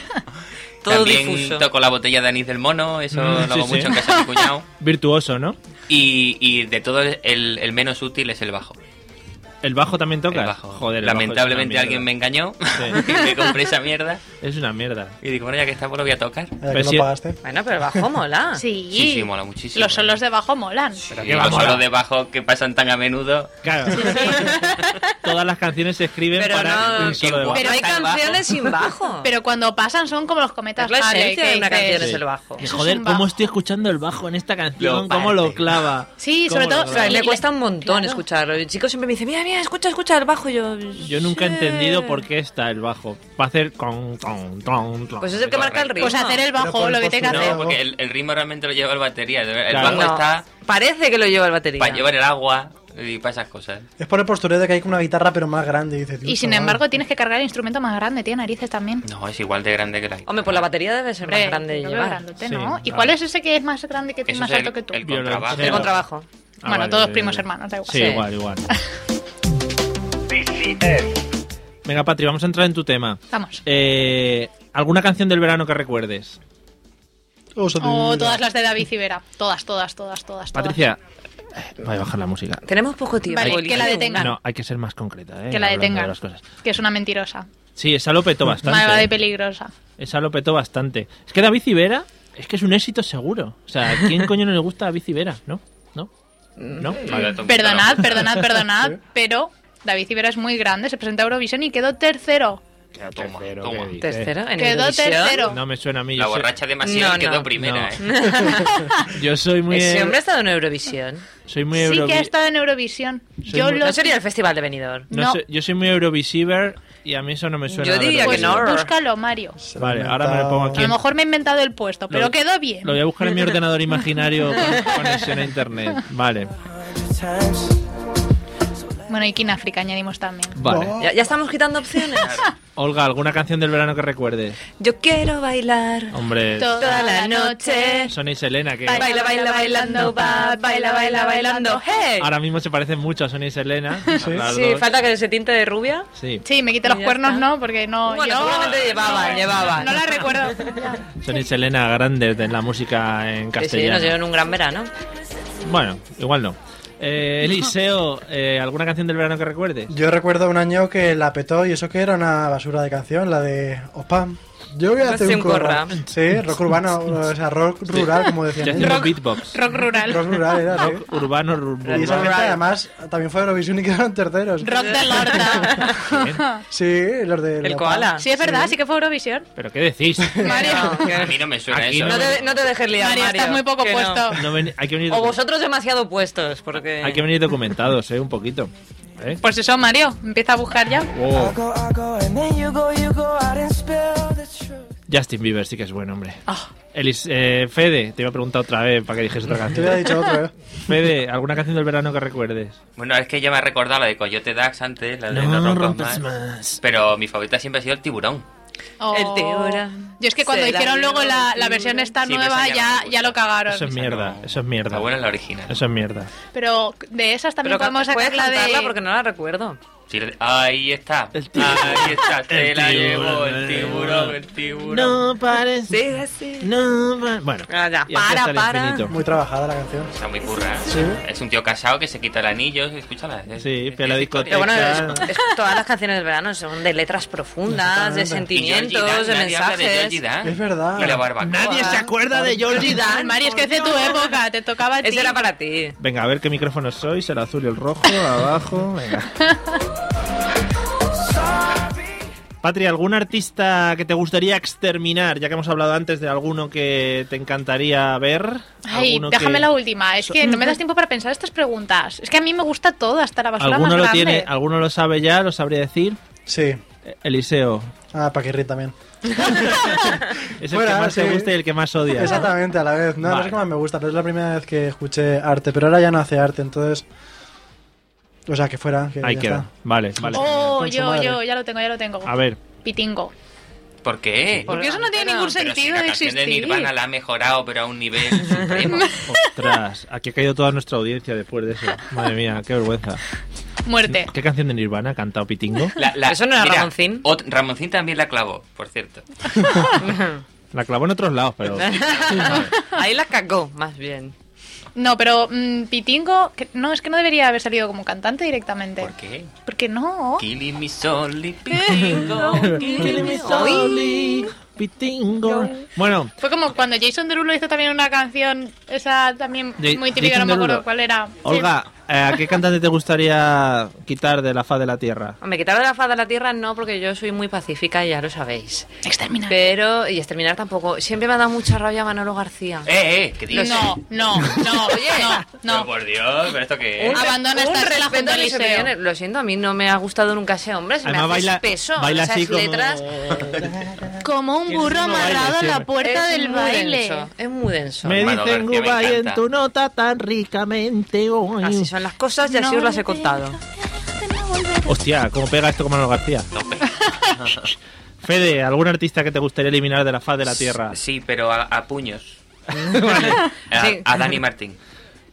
E: todo
F: También
E: difuso.
F: toco la botella de anís del mono, eso
C: Mm,
F: lo
C: sí,
F: hago
C: sí.
F: mucho en casa de mi cuñado.
C: Virtuoso, ¿no?
F: Y, y de todo, el, el menos útil es el bajo.
C: ¿El bajo también tocas?
F: El bajo.
C: Joder, el bajo es una
F: Lamentablemente
C: mierda.
F: alguien me engañó
C: Sí.
F: y me compré esa mierda.
C: Es una mierda.
F: Y digo, bueno, ya que está, pues lo voy a tocar.
G: Ya
C: Pero
G: que
C: si-
G: no pagaste.
E: Bueno, pero bajo mola.
D: sí.
F: Sí, sí, mola muchísimo.
D: Los solos de bajo molan.
F: Pero
C: Pero
F: que
C: qué va a
F: los
C: molar.
F: solos de bajo que pasan tan a menudo.
C: Claro. Todas las canciones se escriben
E: Pero
C: para
E: no-
C: un solo de
F: Qué
C: bajo.
E: Pero hay
F: Está el bajo.
E: canciones sin bajo.
D: Pero cuando pasan son como los cometas.
E: es la
D: Halley,
E: esencia de
D: que
E: una
D: dices-
E: canción, es
C: Sí.
E: el bajo.
C: Que
D: Eso es
C: joder,
D: un
C: cómo
D: bajo.
C: estoy escuchando el bajo en esta canción,
F: Lo
C: cómo lo
F: parte.
C: clava.
D: Sí,
C: Cómo
D: sobre
C: lo
D: todo-
E: O sea, a
C: clava.
E: mí me
D: Y-
E: cuesta un montón
D: Claro.
E: escucharlo. El chico siempre me dice, mira, mira, escucha, escucha el bajo. Y yo,
C: Yo nunca he
E: "Sí".
C: entendido por qué está el bajo. Para hacer con, con, con, con.
E: Pues es el que marca el ritmo.
D: Pues hacer el
G: Pero
D: bajo,
G: por-
D: lo que
G: por
D: tenga que
G: su-
D: hacer.
F: No, porque el, el ritmo realmente lo lleva el batería. El el
C: Claro.
F: bajo
E: No.
F: está
E: Parece que lo lleva el batería.
F: para llevar el agua y para esas cosas.
G: Es por el postureo de que hay como una guitarra, pero más grande. dice, tío,
C: pues,
D: Y sin
G: chaval.
D: embargo tienes que cargar el instrumento más grande, tiene narices también.
F: No, es igual de grande que la guitarra.
E: Hombre, pues la batería debe ser
D: Hombre,
E: más grande de
D: no
E: llevar.
D: grandote, ¿no?
C: Sí,
D: ¿Y
C: claro.
D: cuál es ese que es más grande que tú y
F: Eso
D: más
F: es
D: alto que tú?
F: El
C: Violonchelo.
F: contrabajo.
E: El contrabajo.
C: Ah,
D: bueno,
C: vale,
D: todos
C: vale,
D: primos
C: vale.
D: hermanos, da igual.
C: Sí,
E: Sí.
C: igual, igual. Venga, Patri, vamos a entrar en tu tema.
D: Vamos.
C: Eh, ¿Alguna canción del verano que recuerdes?
G: Uso de-
D: O todas las de David Civera. Todas, todas, todas, todas. todas.
C: Patricia, Voy a bajar la música.
E: Tenemos poco tiempo.
D: Vale,
E: Eli.
D: que la detengan.
C: No, hay que ser más concreta. ¿eh?
D: Que la
C: hablando de
D: detengan.
C: las cosas.
D: Que es una mentirosa.
C: Sí, esa lo petó bastante.
D: Malvada
C: ¿eh?
D: y peligrosa.
C: Esa lo petó bastante. Es que David Civera es que es un éxito seguro. O sea, ¿a quién coño no le gusta David Civera? ¿No? ¿No? ¿No?
D: Perdonad, perdonad, perdonad, pero David Civera es muy grande, se presentó a Eurovisión y quedó tercero.
F: Toma,
C: Tercero,
F: toma.
C: ¿qué dices?
E: Tercero en
D: Quedó
E: Eurovisión.
D: tercero.
C: No me suena a mí.
F: La
C: yo soy-
F: borracha de Masiel
E: No, no.
F: quedó primera,
C: No.
F: ¿eh?
C: Yo soy muy. e-
E: Ese hombre ha estado en Eurovisión.
C: Soy muy
D: Sí
C: Eurovi-
D: que ha estado en Eurovisión.
C: Soy
D: Yo
C: muy-
D: lo
E: No sería el Festival de Benidorm.
C: no
D: no.
C: sé- yo soy muy Eurovisiver y a mí eso no me suena.
E: Yo
C: la verdad.
E: diría
D: pues
E: que no.
D: búscalo, Mario.
C: Vale, ahora me lo pongo
D: A
C: aquí.
D: lo mejor me he inventado el puesto, pero
C: Lo-
D: quedó bien.
C: Lo voy a buscar en mi ordenador imaginario con conexión a internet. Vale,
D: Bueno, y Kináfrica añadimos también.
C: vale.
E: ¿Ya, ya estamos quitando opciones.
C: Olga, ¿alguna canción del verano que recuerdes?
E: Yo quiero bailar
C: Hombre,
E: toda la noche.
C: Sonia y Selena, que
E: Baila, baila, bailando, va, baila, baila, bailando. ¡Hey!
C: ahora mismo se parecen mucho a Sonia y Selena. las
E: Sí,
C: dos.
E: falta que se tinte de rubia.
C: Sí,
D: Sí, me quité los
E: Y ya
D: cuernos,
E: está.
D: ¿no? Porque no.
E: Bueno,
D: yo-
E: seguramente llevaban,
D: no,
E: llevaban.
D: No la recuerdo.
C: Sonia y Selena grandes en la música en
E: Que sí, nos
C: castellano.
E: dieron un gran verano.
C: Bueno, igual no. Eh, Eliseo, eh, ¿alguna canción del verano que recuerdes?
G: Yo recuerdo un año que la petó y eso que era una basura de canción, la de Ospam. Yo voy a
E: Hace
G: hacer un
E: un corra.
G: corra. Sí, rock urbano, o sea, rock rural, como decían
C: Ya
G: ellos.
C: hacemos beatbox.
D: Rock rural.
G: Rock rural era, sí.
C: Urbano, ru-
G: Y esa
C: urbano.
G: gente además también fue a Eurovisión y quedaron terceros.
D: Rock de Lorda.
G: Sí, los de...
E: El
G: la-
E: koala.
D: Sí, es verdad, sí que fue Eurovisión.
C: ¿Pero qué decís?
D: Mario,
F: A mí no me suena
C: Aquí
F: eso.
E: No te, no te dejes liar,
D: Mario,
E: Mario.
D: estás muy poco
E: que no.
D: puesto.
C: No ven- hay, que venir
E: O vosotros demasiado puestos, porque...
C: hay que venir documentados, ¿eh? Un poquito. ¿Eh? Oh,
D: Pues eso, Mario, empieza a buscar ya.
C: Wow.
I: I go, I go, and then you go, you go out and spill the truth.
C: Justin Bieber sí que es buen hombre.
E: Ah.
C: Elis, eh, Fede, te iba a preguntar otra vez para que dijese otra
G: Te había
C: canción.
G: dicho otro, ¿eh?
C: Fede, ¿alguna canción del verano que recuerdes?
F: Bueno, es que ya me ha recordado la de Coyote Dax antes, la de No, rompas más. Pero mi favorita siempre ha sido el tiburón.
E: El tiburón
D: Oh. Yo es que cuando
E: se la
D: hicieron
E: dio
D: luego la,
E: al
D: la versión
E: tiburón.
D: esta
F: Sí, pero
D: nueva
F: esa ya no me
D: ya,
F: gusta.
D: ya lo cagaron.
C: Eso es
F: Esa
C: mierda,
F: no-
C: eso es mierda.
F: La buena es la original.
C: Eso es mierda.
D: Pero de esas también
E: Pero
D: podemos
E: puedes
D: sacar la
E: cantarla
D: de...
E: porque no la recuerdo.
F: Sí, la de- ahí está.
C: El tiburón.
F: Ahí está. Se
C: El
F: la
C: tiburón.
F: llevó el tiburón, el tiburón.
C: parece.
E: Sí, sí.
C: No, pa- bueno.
E: Ah, ya.
C: y así hasta
E: Para,
C: el
E: para.
C: infinito.
G: Muy trabajada la canción.
F: Está muy curra. ¿eh?
G: Sí.
F: Es un tío casado que se quita el anillo. Escúchala. es-
C: Sí,
F: es-
C: fui a la
F: es
C: discoteca.
E: Pero bueno, es-
C: Claro.
E: es- todas las canciones del verano son de letras profundas, de
F: Y Georgie
E: sentimientos,
F: Dan,
E: de
F: nadie habla de Georgie
E: mensajes.
F: Dan.
G: Es verdad.
F: Y la barbacoa.
C: acuerda de Georgie
D: Ay, Mario, es que es de tu época, te tocaba a ti.
E: Ese era para ti.
C: Venga, a ver qué micrófono sois, el azul y el rojo, abajo. Venga. Patria, ¿algún artista que te gustaría exterminar? Ya que hemos hablado antes de alguno que te encantaría ver.
D: Ay,
C: alguno que-
D: déjame la última. Es que no me das tiempo para pensar estas preguntas. Es que a mí me gusta todo, hasta la basura
C: ¿Alguno
D: más
C: lo
D: grande.
C: tiene? ¿Alguno lo sabe ya? ¿Lo sabría decir?
G: Sí.
C: Eh, Eliseo.
G: Ah, Paquirri también.
C: Es el
G: Fuera,
C: que más te
G: sí.
C: gusta y el que más odia.
G: Exactamente, a la vez. No, no
C: Vale.
G: es que más me gusta, pero es la primera vez que escuché arte. Pero ahora ya no hace arte, entonces... O sea, que fuera. Que
C: Ahí
G: ya
C: queda.
G: está.
C: Vale, vale.
D: Oh,
G: Con su
D: yo,
G: madre.
D: yo, ya lo tengo, ya lo tengo.
C: A ver,
D: Pitingo.
F: ¿Por qué?
D: Porque eso no tiene
E: Pero
D: ningún
E: si
F: Pero si
D: sentido
F: la
D: de
F: canción de
D: existir.
F: Nirvana la ha mejorado, pero a un nivel supremo.
C: ostras, aquí ha caído toda nuestra audiencia después de eso. Madre mía, qué vergüenza.
D: Muerte.
C: ¿Qué canción de Nirvana ha cantado Pitingo?
F: La- la-
E: Eso no era
F: mira,
E: Ramoncín.
F: ot- Ramoncín también la clavó, por cierto.
C: La clavó en otros lados, pero...
E: Ahí la cagó, más bien.
D: No, pero mm, Pitingo, que- no, es que no debería haber salido como cantante directamente.
F: ¿Por qué?
D: Porque no.
F: Killing me Eh, softly, pitingo.
C: Pitingo. Bueno,
D: Fue como cuando Jason Derulo hizo también una canción, esa también
C: Ja-
D: muy típica, no
C: Jason
D: me acuerdo
C: Derulo.
D: cuál era. Sí.
C: Olga, eh, ¿a qué cantante te gustaría quitar de la faz de la tierra?
E: Me quitar de la faz de la tierra no, porque yo soy muy pacífica, ya lo sabéis.
D: Exterminar.
E: Pero, y exterminar tampoco. Siempre me ha dado mucha rabia Manolo García.
F: Eh, eh, ¿qué dices?
D: No, no, no,
E: Oye.
F: Pero
D: no, no.
F: por Dios, ¿pero esto qué es?
D: Ah, Abandona
E: eh, Un
D: esta escuela
E: respeto
D: junto al
E: a mis
D: liceo.
E: opiniones. Lo siento, a mí no me ha gustado nunca ese hombre. Se
C: Además
E: me hace
C: baila-
E: espeso.
C: baila
E: Esas
C: así como-
E: letras
D: Como un burro
C: no baila
D: amarrado en la
C: siempre.
D: puerta
E: es
D: del
E: muy
D: baile.
E: denso, es muy denso.
C: Me
F: Manolo
C: dicen
F: García, me
C: goodbye en
F: encanta.
C: tu nota tan ricamente hoy.
E: Así son las cosas y así os las he contado.
C: Hostia, ¿cómo pega esto con Manolo García? Fede, ¿algún artista que te gustaría eliminar de la faz de la tierra?
F: Sí, pero a, a puños.
E: Vale.
F: A,
E: Sí.
F: a Dani Martín.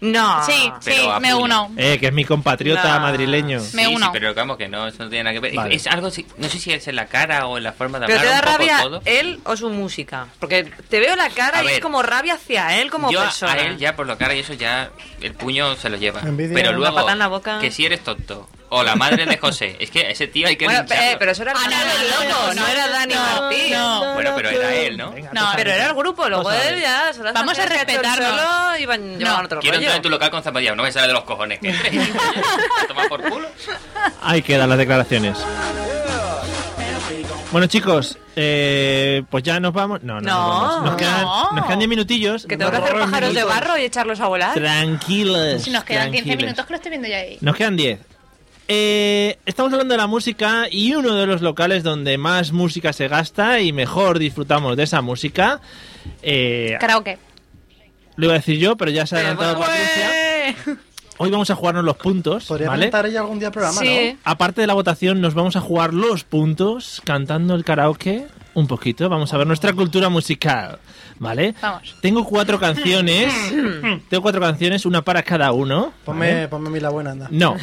E: No.
D: Sí,
F: Ah, Pero
D: sí,
F: a
D: me
F: full.
D: uno.
C: Eh, que es mi compatriota
E: No.
C: madrileño.
D: Me
F: sí,
D: uno.
F: sí, pero vamos que no, eso no tiene nada que ver.
C: Vale.
F: Es algo, si- no sé si es en la cara o en la forma de
E: Pero te da
F: hablar, un poco
E: rabia
F: todo.
E: él o su música. Porque te veo la cara
F: A
E: y es
F: ver.
E: como rabia hacia él como
F: Yo a-
E: persona.
F: a él ya por la cara y eso ya el puño se lo lleva.
G: Envidia.
F: Pero
G: Una
F: luego,
E: patada en la boca.
F: que si eres tonto. O la madre de José. Es que a ese tío hay que
E: Bueno,
F: lincharlo.
E: eh, pero eso era el
D: Ah, no,
E: grupo del
D: no,
E: loco,
D: no,
E: no,
D: no,
E: era Dani
D: no,
E: Martín.
D: no.
F: Bueno, pero era él, ¿no?
E: No, pero era el grupo, luego
C: sabes.
E: él ya. se las
D: Vamos a
E: hacía hecho el
D: respetarnos.
E: solo y van llevaban otro
F: Quiero entrar en tu
E: rollo.
F: local con zapatillas. No me sale de los cojones. Que entres, hijo, oye, Toma por culo.
C: Ahí quedan las declaraciones. Bueno, chicos, eh, pues ya nos vamos. No, no,
E: No,
C: nos vamos. Nos quedan,
D: no.
C: nos quedan 10 minutillos.
E: Que tengo que hacer pájaros de barro y echarlos a volar.
C: Tranquilos.
D: Si nos quedan 15
C: tranquilos.
D: minutos que lo estoy viendo ya ahí.
C: Nos quedan 10. Eh, estamos hablando de la música y uno de los locales donde más música se gasta y mejor disfrutamos de esa música. eh,
D: Karaoke.
C: lo iba a decir yo, pero ya se ha
E: Pero
C: adelantado
E: bueno,
C: Patricia. Hoy vamos a jugarnos los puntos,
G: Podría
C: ¿vale?
G: presentar ella algún día el programa,
E: Sí.
C: Aparte de la votación, nos vamos a jugar los puntos cantando el karaoke un poquito. Vamos a ver nuestra cultura musical, ¿vale?
D: Vamos.
C: Tengo cuatro canciones. tengo cuatro canciones, una para cada uno.
G: ¿no?
C: ¿vale?
G: Ponme, ponme a mí la buena, anda.
C: No.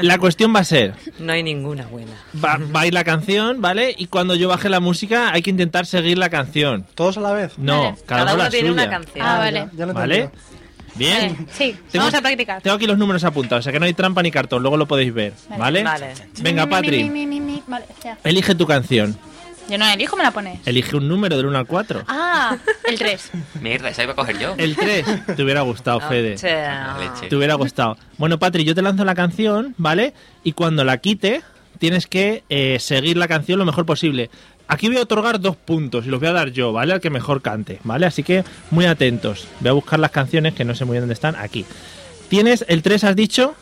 C: La cuestión va a ser,
E: No hay ninguna buena.
C: va, va a ir la canción, ¿vale? Y cuando yo baje la música, hay que intentar seguir la canción.
G: ¿Todos a la vez?
C: No,
D: Vale.
C: cada,
E: Cada
C: uno
E: uno
C: la
E: tiene
C: suya.
E: una canción.
D: Ah,
G: ya-
D: vale.
G: Ya, lo he
C: ¿Vale?
G: entendido.
C: Bien.
D: Vale, Sí,
C: Tengo-
D: vamos a practicar.
C: Tengo aquí los números apuntados, o sea que no hay trampa ni cartón, luego lo podéis ver, ¿vale?
E: Vale.
C: Venga,
D: Mi,
C: Patri, Eh.
D: mi, mi, mi, mi. Vale, ya.
C: elige tu canción.
D: Yo no la elijo, me la pones.
C: Elige un número del 1 al 4.
D: Ah, el 3.
F: Mierda, esa iba a coger
G: Eh,
F: yo.
C: El 3. Te hubiera gustado, Fede.
E: O sea,
F: Ah, leche.
C: Te hubiera gustado. Bueno, Patri, yo te lanzo la canción, ¿vale? Y cuando la quite, tienes que eh, seguir la canción lo mejor posible. Aquí voy a otorgar dos puntos y los voy a dar yo, ¿vale? Al que mejor cante, ¿vale? Así que muy atentos. Voy a buscar las canciones que no sé muy bien dónde están. Aquí. ¿Tienes el 3, has dicho?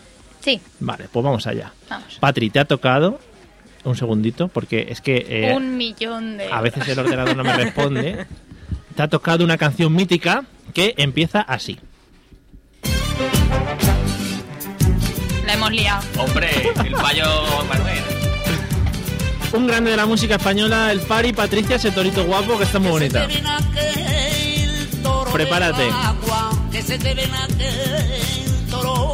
D: Sí,
C: Vale, pues vamos allá.
D: vamos.
C: Patri, te ha tocado. Un segundito, porque es que. eh,
D: Un millón de.
C: a veces el ordenador no me responde. Te ha tocado una canción mítica que empieza así.
D: La hemos liado.
F: Hombre, el payo Manuel.
C: Un grande de la música española, el Fari, Patricia, ese torito guapo que está muy bonita. Prepárate.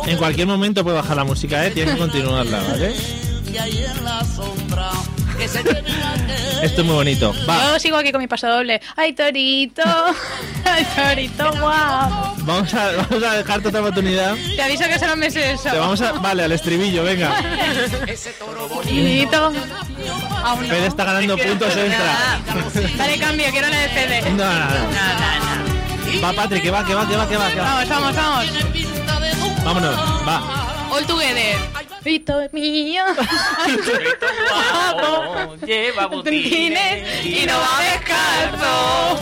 C: En cualquier momento puede bajar la música, ¿eh? Tienes que continuarla, ¿vale? Esto es muy bonito. Va,
D: Yo sigo aquí con mi paso doble. ¡Ay, torito! ¡Ay, torito! ¡Guau!
C: vamos a, vamos a dejarte otra oportunidad.
D: Te aviso que solo me sé eso.
C: Te vamos a... Vale, al estribillo, venga.
D: Torito. Aún
C: Fede
D: no.
C: está ganando puntos extra.
D: Dale cambio, quiero la de Fede.
C: No, no, no. Va, Patrick, que va, que va, que va, que va. que va.
D: Vamos, vamos, vamos.
C: Vámonos, va.
D: All together. Torito es mío.
F: Guapo, lleva botines
D: Tienes y no va descalzo.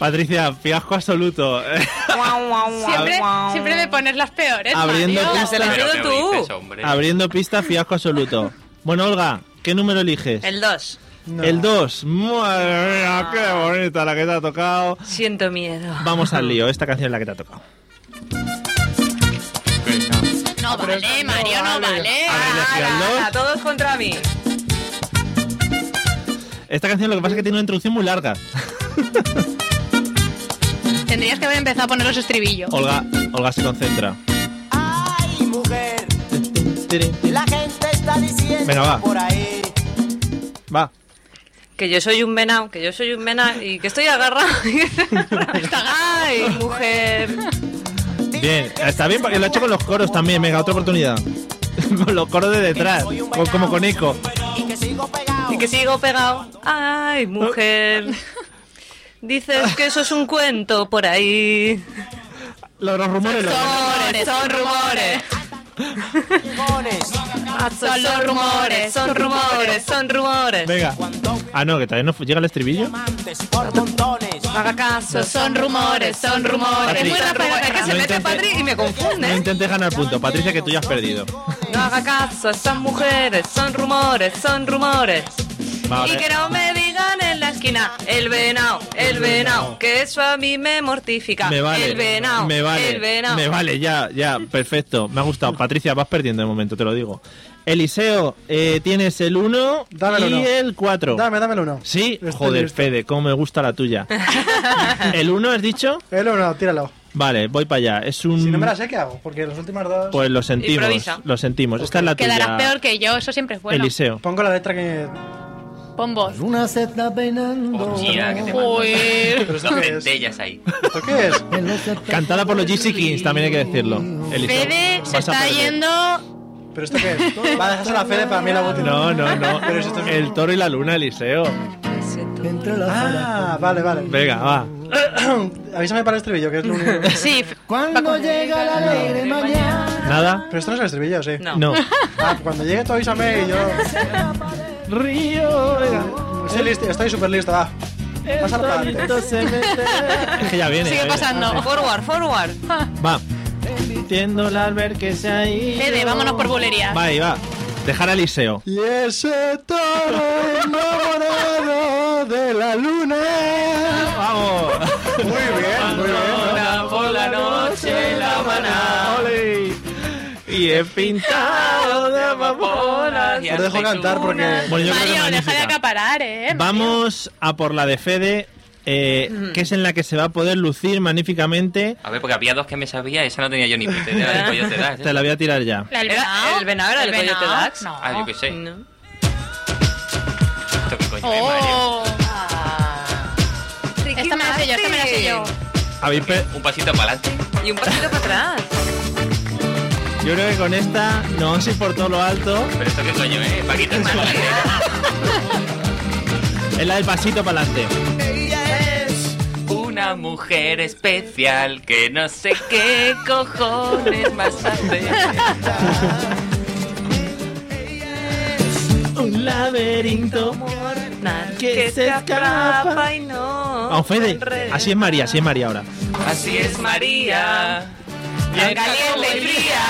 C: Patricia, fiasco absoluto.
E: guau, guau, guau,
D: Siempre,
E: guau.
D: siempre me pones las peores.
C: Abriendo
D: Mario.
C: pistas.
E: Pero
F: Pero
E: tú.
F: me oíste, hombre.
G: Ah,
C: Abriendo pista, fiasco absoluto. Bueno, Olga, ¿qué número eliges?
E: El 2.
G: No.
C: El 2. Madre mía, qué bonita la que te ha tocado.
E: Siento miedo.
C: Vamos al lío, esta canción es la que te ha tocado. Ah,
D: No vale, Mario, no vale.
E: Ah,
C: elegí al
E: Ala,
C: dos.
E: ala, todos contra mí.
C: Esta canción lo que pasa es que tiene una introducción muy larga.
D: Tendrías que haber empezado a poner los estribillos.
C: Olga, Olga se concentra.
I: Ay, mujer, la gente está diciendo
C: Venga, va.
I: por ahí.
C: Va.
E: Que yo soy un venado, que yo soy un venado y que estoy agarrado. Ay, mujer.
C: Bien, está bien porque lo ha hecho con los coros también. Venga, otra oportunidad. Con los coros de detrás, co- como con eco.
I: Y que sigo pegado.
E: Y que sigo pegado. Ay, mujer. Dices que eso es un cuento por ahí.
C: Los, los rumores, los
E: Rumores, son rumores. Ah, Son los rumores, son rumores, son rumores.
C: Venga. Ah, no, que todavía no fu- llega el estribillo.
I: por montones.
E: No haga caso, son rumores, son rumores.
C: Patri.
E: Es muy rápido, es que se
C: No
E: mete
C: intentes-
E: Patri y me
C: No
E: confunde.
C: intentes ganar punto, Patricia, que tú ya has perdido.
E: No haga caso, son mujeres, son rumores, son rumores.
C: Vale.
E: Y que no me digan en la esquina, el venao, el venao, que eso a mí me mortifica.
C: Me vale.
E: el venao,
C: me vale.
E: el venao.
C: Me vale, ya, ya, perfecto. Me ha gustado. Patricia, vas perdiendo de momento, te lo digo. Eliseo, eh, tienes el 1
G: Dame el
C: y
G: uno.
C: el 4.
G: Dame, dame el uno.
C: Sí,
G: Estoy
C: joder,
G: listo.
C: Fede, cómo me gusta la tuya. ¿El 1 has dicho?
G: El uno, tíralo.
C: Vale, voy para allá. Es un.
G: Si no me la sé, ¿qué hago? Porque las últimas dos.
C: Pues lo sentimos.
E: Improvisa.
C: Lo sentimos. Esta es la tuya.
D: Quedarás peor que yo, eso siempre es bueno.
C: Eliseo.
G: Pongo la letra que.
D: Pon voz.
K: Luna se está peinando.
F: Hostia, que te mando.
D: Uy.
G: ¿Pero
F: Dos
G: esto qué es?
F: centellas ahí.
G: ¿Esto qué es?
K: Que no se pega
C: Cantada por los GC Kings, también hay que decirlo. Eliseo.
D: Fede se
C: Vas a
D: está
C: perder.
D: yendo.
G: ¿Pero esto qué es? Va, dejas a la Fede para mí la bote.
C: No, no, no.
G: Pero si esto es-
C: El toro y la luna, Eliseo.
K: Entre las
G: Ah,
K: horas.
G: vale, vale.
C: Venga, va.
G: Avísame para el estribillo, que es lo único.
D: Sí, F-
K: Cuando llega la alegre mañana.
C: ¿Nada?
G: Pero esto no es el estribillo, sí.
E: No.
C: No.
G: Ah, cuando llegue tú avísame y yo.
C: Río.
G: Estoy listo, estoy súper listo, va. Pasa para adelante.
C: Es que ya viene.
D: sigue
C: eh.
D: pasando.
E: Forward, forward.
C: Va. Entiendo al ver que se ha ido.
D: Fede, vámonos por bulería.
C: Va, ahí va. Dejar a Eliseo.
G: Y ese toro enamorado de la luna.
C: ¡Vamos!
G: Muy bien, muy bien.
F: por la noche la maná.
C: Ole. Y he pintado de amapola.
G: Os dejo cantar porque.
C: Bueno, yo creo que
D: Mario, deja de
C: magnífica.
D: acaparar, eh.
C: Vamos a por la de Fede, eh, que es en la que se va a poder lucir magníficamente.
F: A ver, porque había dos que me sabía, esa no tenía yo ni puta idea de Coyote Dax, ¿eh?
C: Te la voy a tirar ya.
D: La- El
E: Era-
D: venao.
E: el venao era el coyote
D: venao.
E: Dax.
D: No.
F: Ah, yo qué sé.
E: No.
F: Esto qué coño es, Mario.
D: Oh. Esta me la sé yo, esta me la sé yo.
C: Habéis pe-
F: Un pasito para adelante.
E: Y un pasito para atrás.
C: Yo creo que con esta no vamos a ir por todo lo alto.
F: Pero esto qué coño es, Paquito.
C: Es la del pasito para adelante.
F: Ella es una mujer especial que no sé qué cojones más hace.
C: Un laberinto que se escapa.
E: y no.
C: A Fede, así es María, así es María ahora.
F: Así es María. Bien caliente y fría.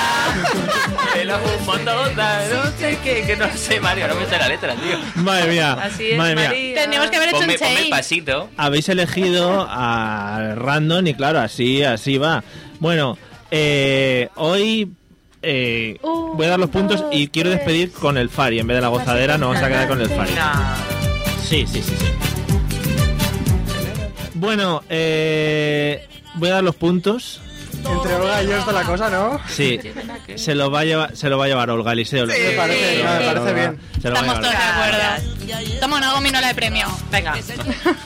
F: Me lo fumo toda. No sé qué, que no sé, Mario. No me sé la letra, tío.
C: Madre mía.
E: Así es,
C: madre mía.
E: María.
D: Tendríamos que haber hecho
F: Ponme,
D: un
F: ponme el
D: chain.
F: pasito.
C: Habéis elegido a random y claro, así, así va. Bueno, eh, hoy eh,
J: Un,
C: voy a dar los puntos y
J: dos,
C: quiero
J: tres.
C: despedir con el Fari. En vez de la gozadera, nos vamos a quedar con el Fari. Sí, sí, sí, sí. Bueno, eh, voy a dar los puntos.
G: Entre Olga y yo está la cosa, ¿no?
C: Sí, se lo va a llevar, se lo va a llevar Olga Eliseo.
G: Me parece,
C: Se lo
G: me parece
C: va-
G: bien.
C: se lo va a
D: Estamos
C: llevar.
D: todos de acuerdo. Toma una gominola de premio.
E: Venga.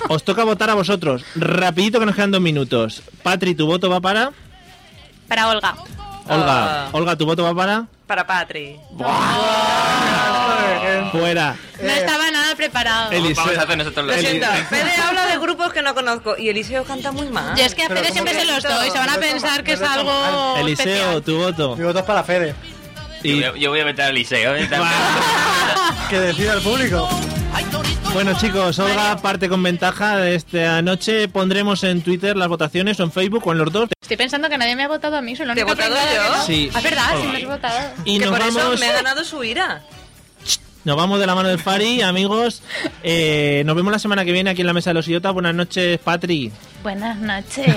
C: Os toca votar a vosotros. Rapidito que nos quedan dos minutos. Patri, tu voto va para.
D: Para Olga.
C: Olga,
E: Ah.
C: Olga, tu voto va para.
E: Para Patri.
C: Fuera.
E: Oh,
D: No
F: Eh.
D: estaba nada preparado.
C: Eliseo.
F: Vamos a hacer nosotros
E: Lo
F: los
E: siento. Fede habla de grupos que no conozco y Eliseo canta muy mal.
D: Y es que a
G: Pero
D: Fede
G: ¿cómo
D: siempre
G: que
D: se los
E: esto?
D: doy. Se van a
G: Me lo
D: pensar
G: tomo,
D: que
G: me
D: es
G: lo tomo.
D: algo.
C: Eliseo,
D: especial.
C: tu voto.
G: Mi voto es para Fede.
F: Yo
C: Y,
F: voy a- Yo voy a meter al liceo. ¿eh?
G: Que decida el público.
C: bueno, chicos, Olga parte con ventaja de esta noche. Pondremos en Twitter las votaciones o en Facebook o en los dos.
D: Estoy pensando que nadie me ha votado a mí. Soy la
E: ¿Te he
D: única
E: votado
D: persona
E: yo?
D: que no.
C: Sí.
D: Es verdad,
C: Olga.
D: sí me has votado.
C: Y
E: que
C: nos
E: por
C: vamos,
E: eso me ha ganado su ira.
C: nos vamos de la mano del Fari, amigos. Eh, nos vemos la semana que viene aquí en la mesa de los idiotas. Buenas noches, Patri.
D: Buenas noches.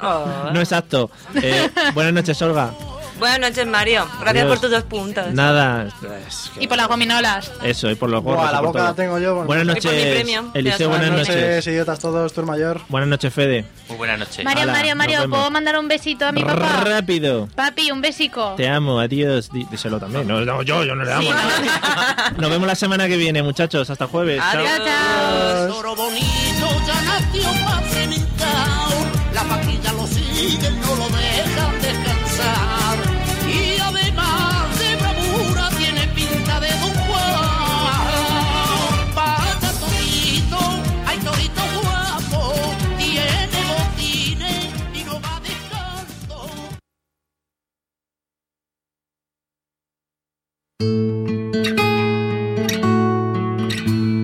E: Oh.
C: No exacto. Eh, buenas noches, Olga.
E: Buenas noches, Mario. Gracias
C: Adiós.
E: por tus dos puntos.
C: Nada. es que-
D: Y por las gominolas.
C: Eso, y por los
G: Buah,
C: gorros.
G: la
C: y por
G: boca
C: todo.
G: la tengo yo, bueno.
C: Buenas
E: Y por mi
C: noches,
E: premio.
C: Eliseo.
E: Ya está.
C: Buenas
G: Buenas noches,
C: noches.
G: idiotas todos, tour mayor.
C: Buenas noches, Fede.
F: Muy buenas noches.
D: Mario,
C: Hala,
D: Mario,
C: nos
D: Mario,
C: vemos.
D: ¿puedo mandar un besito a mi papá?
C: Rápido.
D: Papi, un besico.
C: Te amo, adiós. Dí- Díselo también. No, no, yo, yo no le amo. Nos vemos la semana que viene, muchachos. Hasta jueves. Chao.
E: Adiós.
D: Chao, chao.
K: Toro bonito ya nació pacificado. La vaquilla lo sigue, no lo dejan descansar.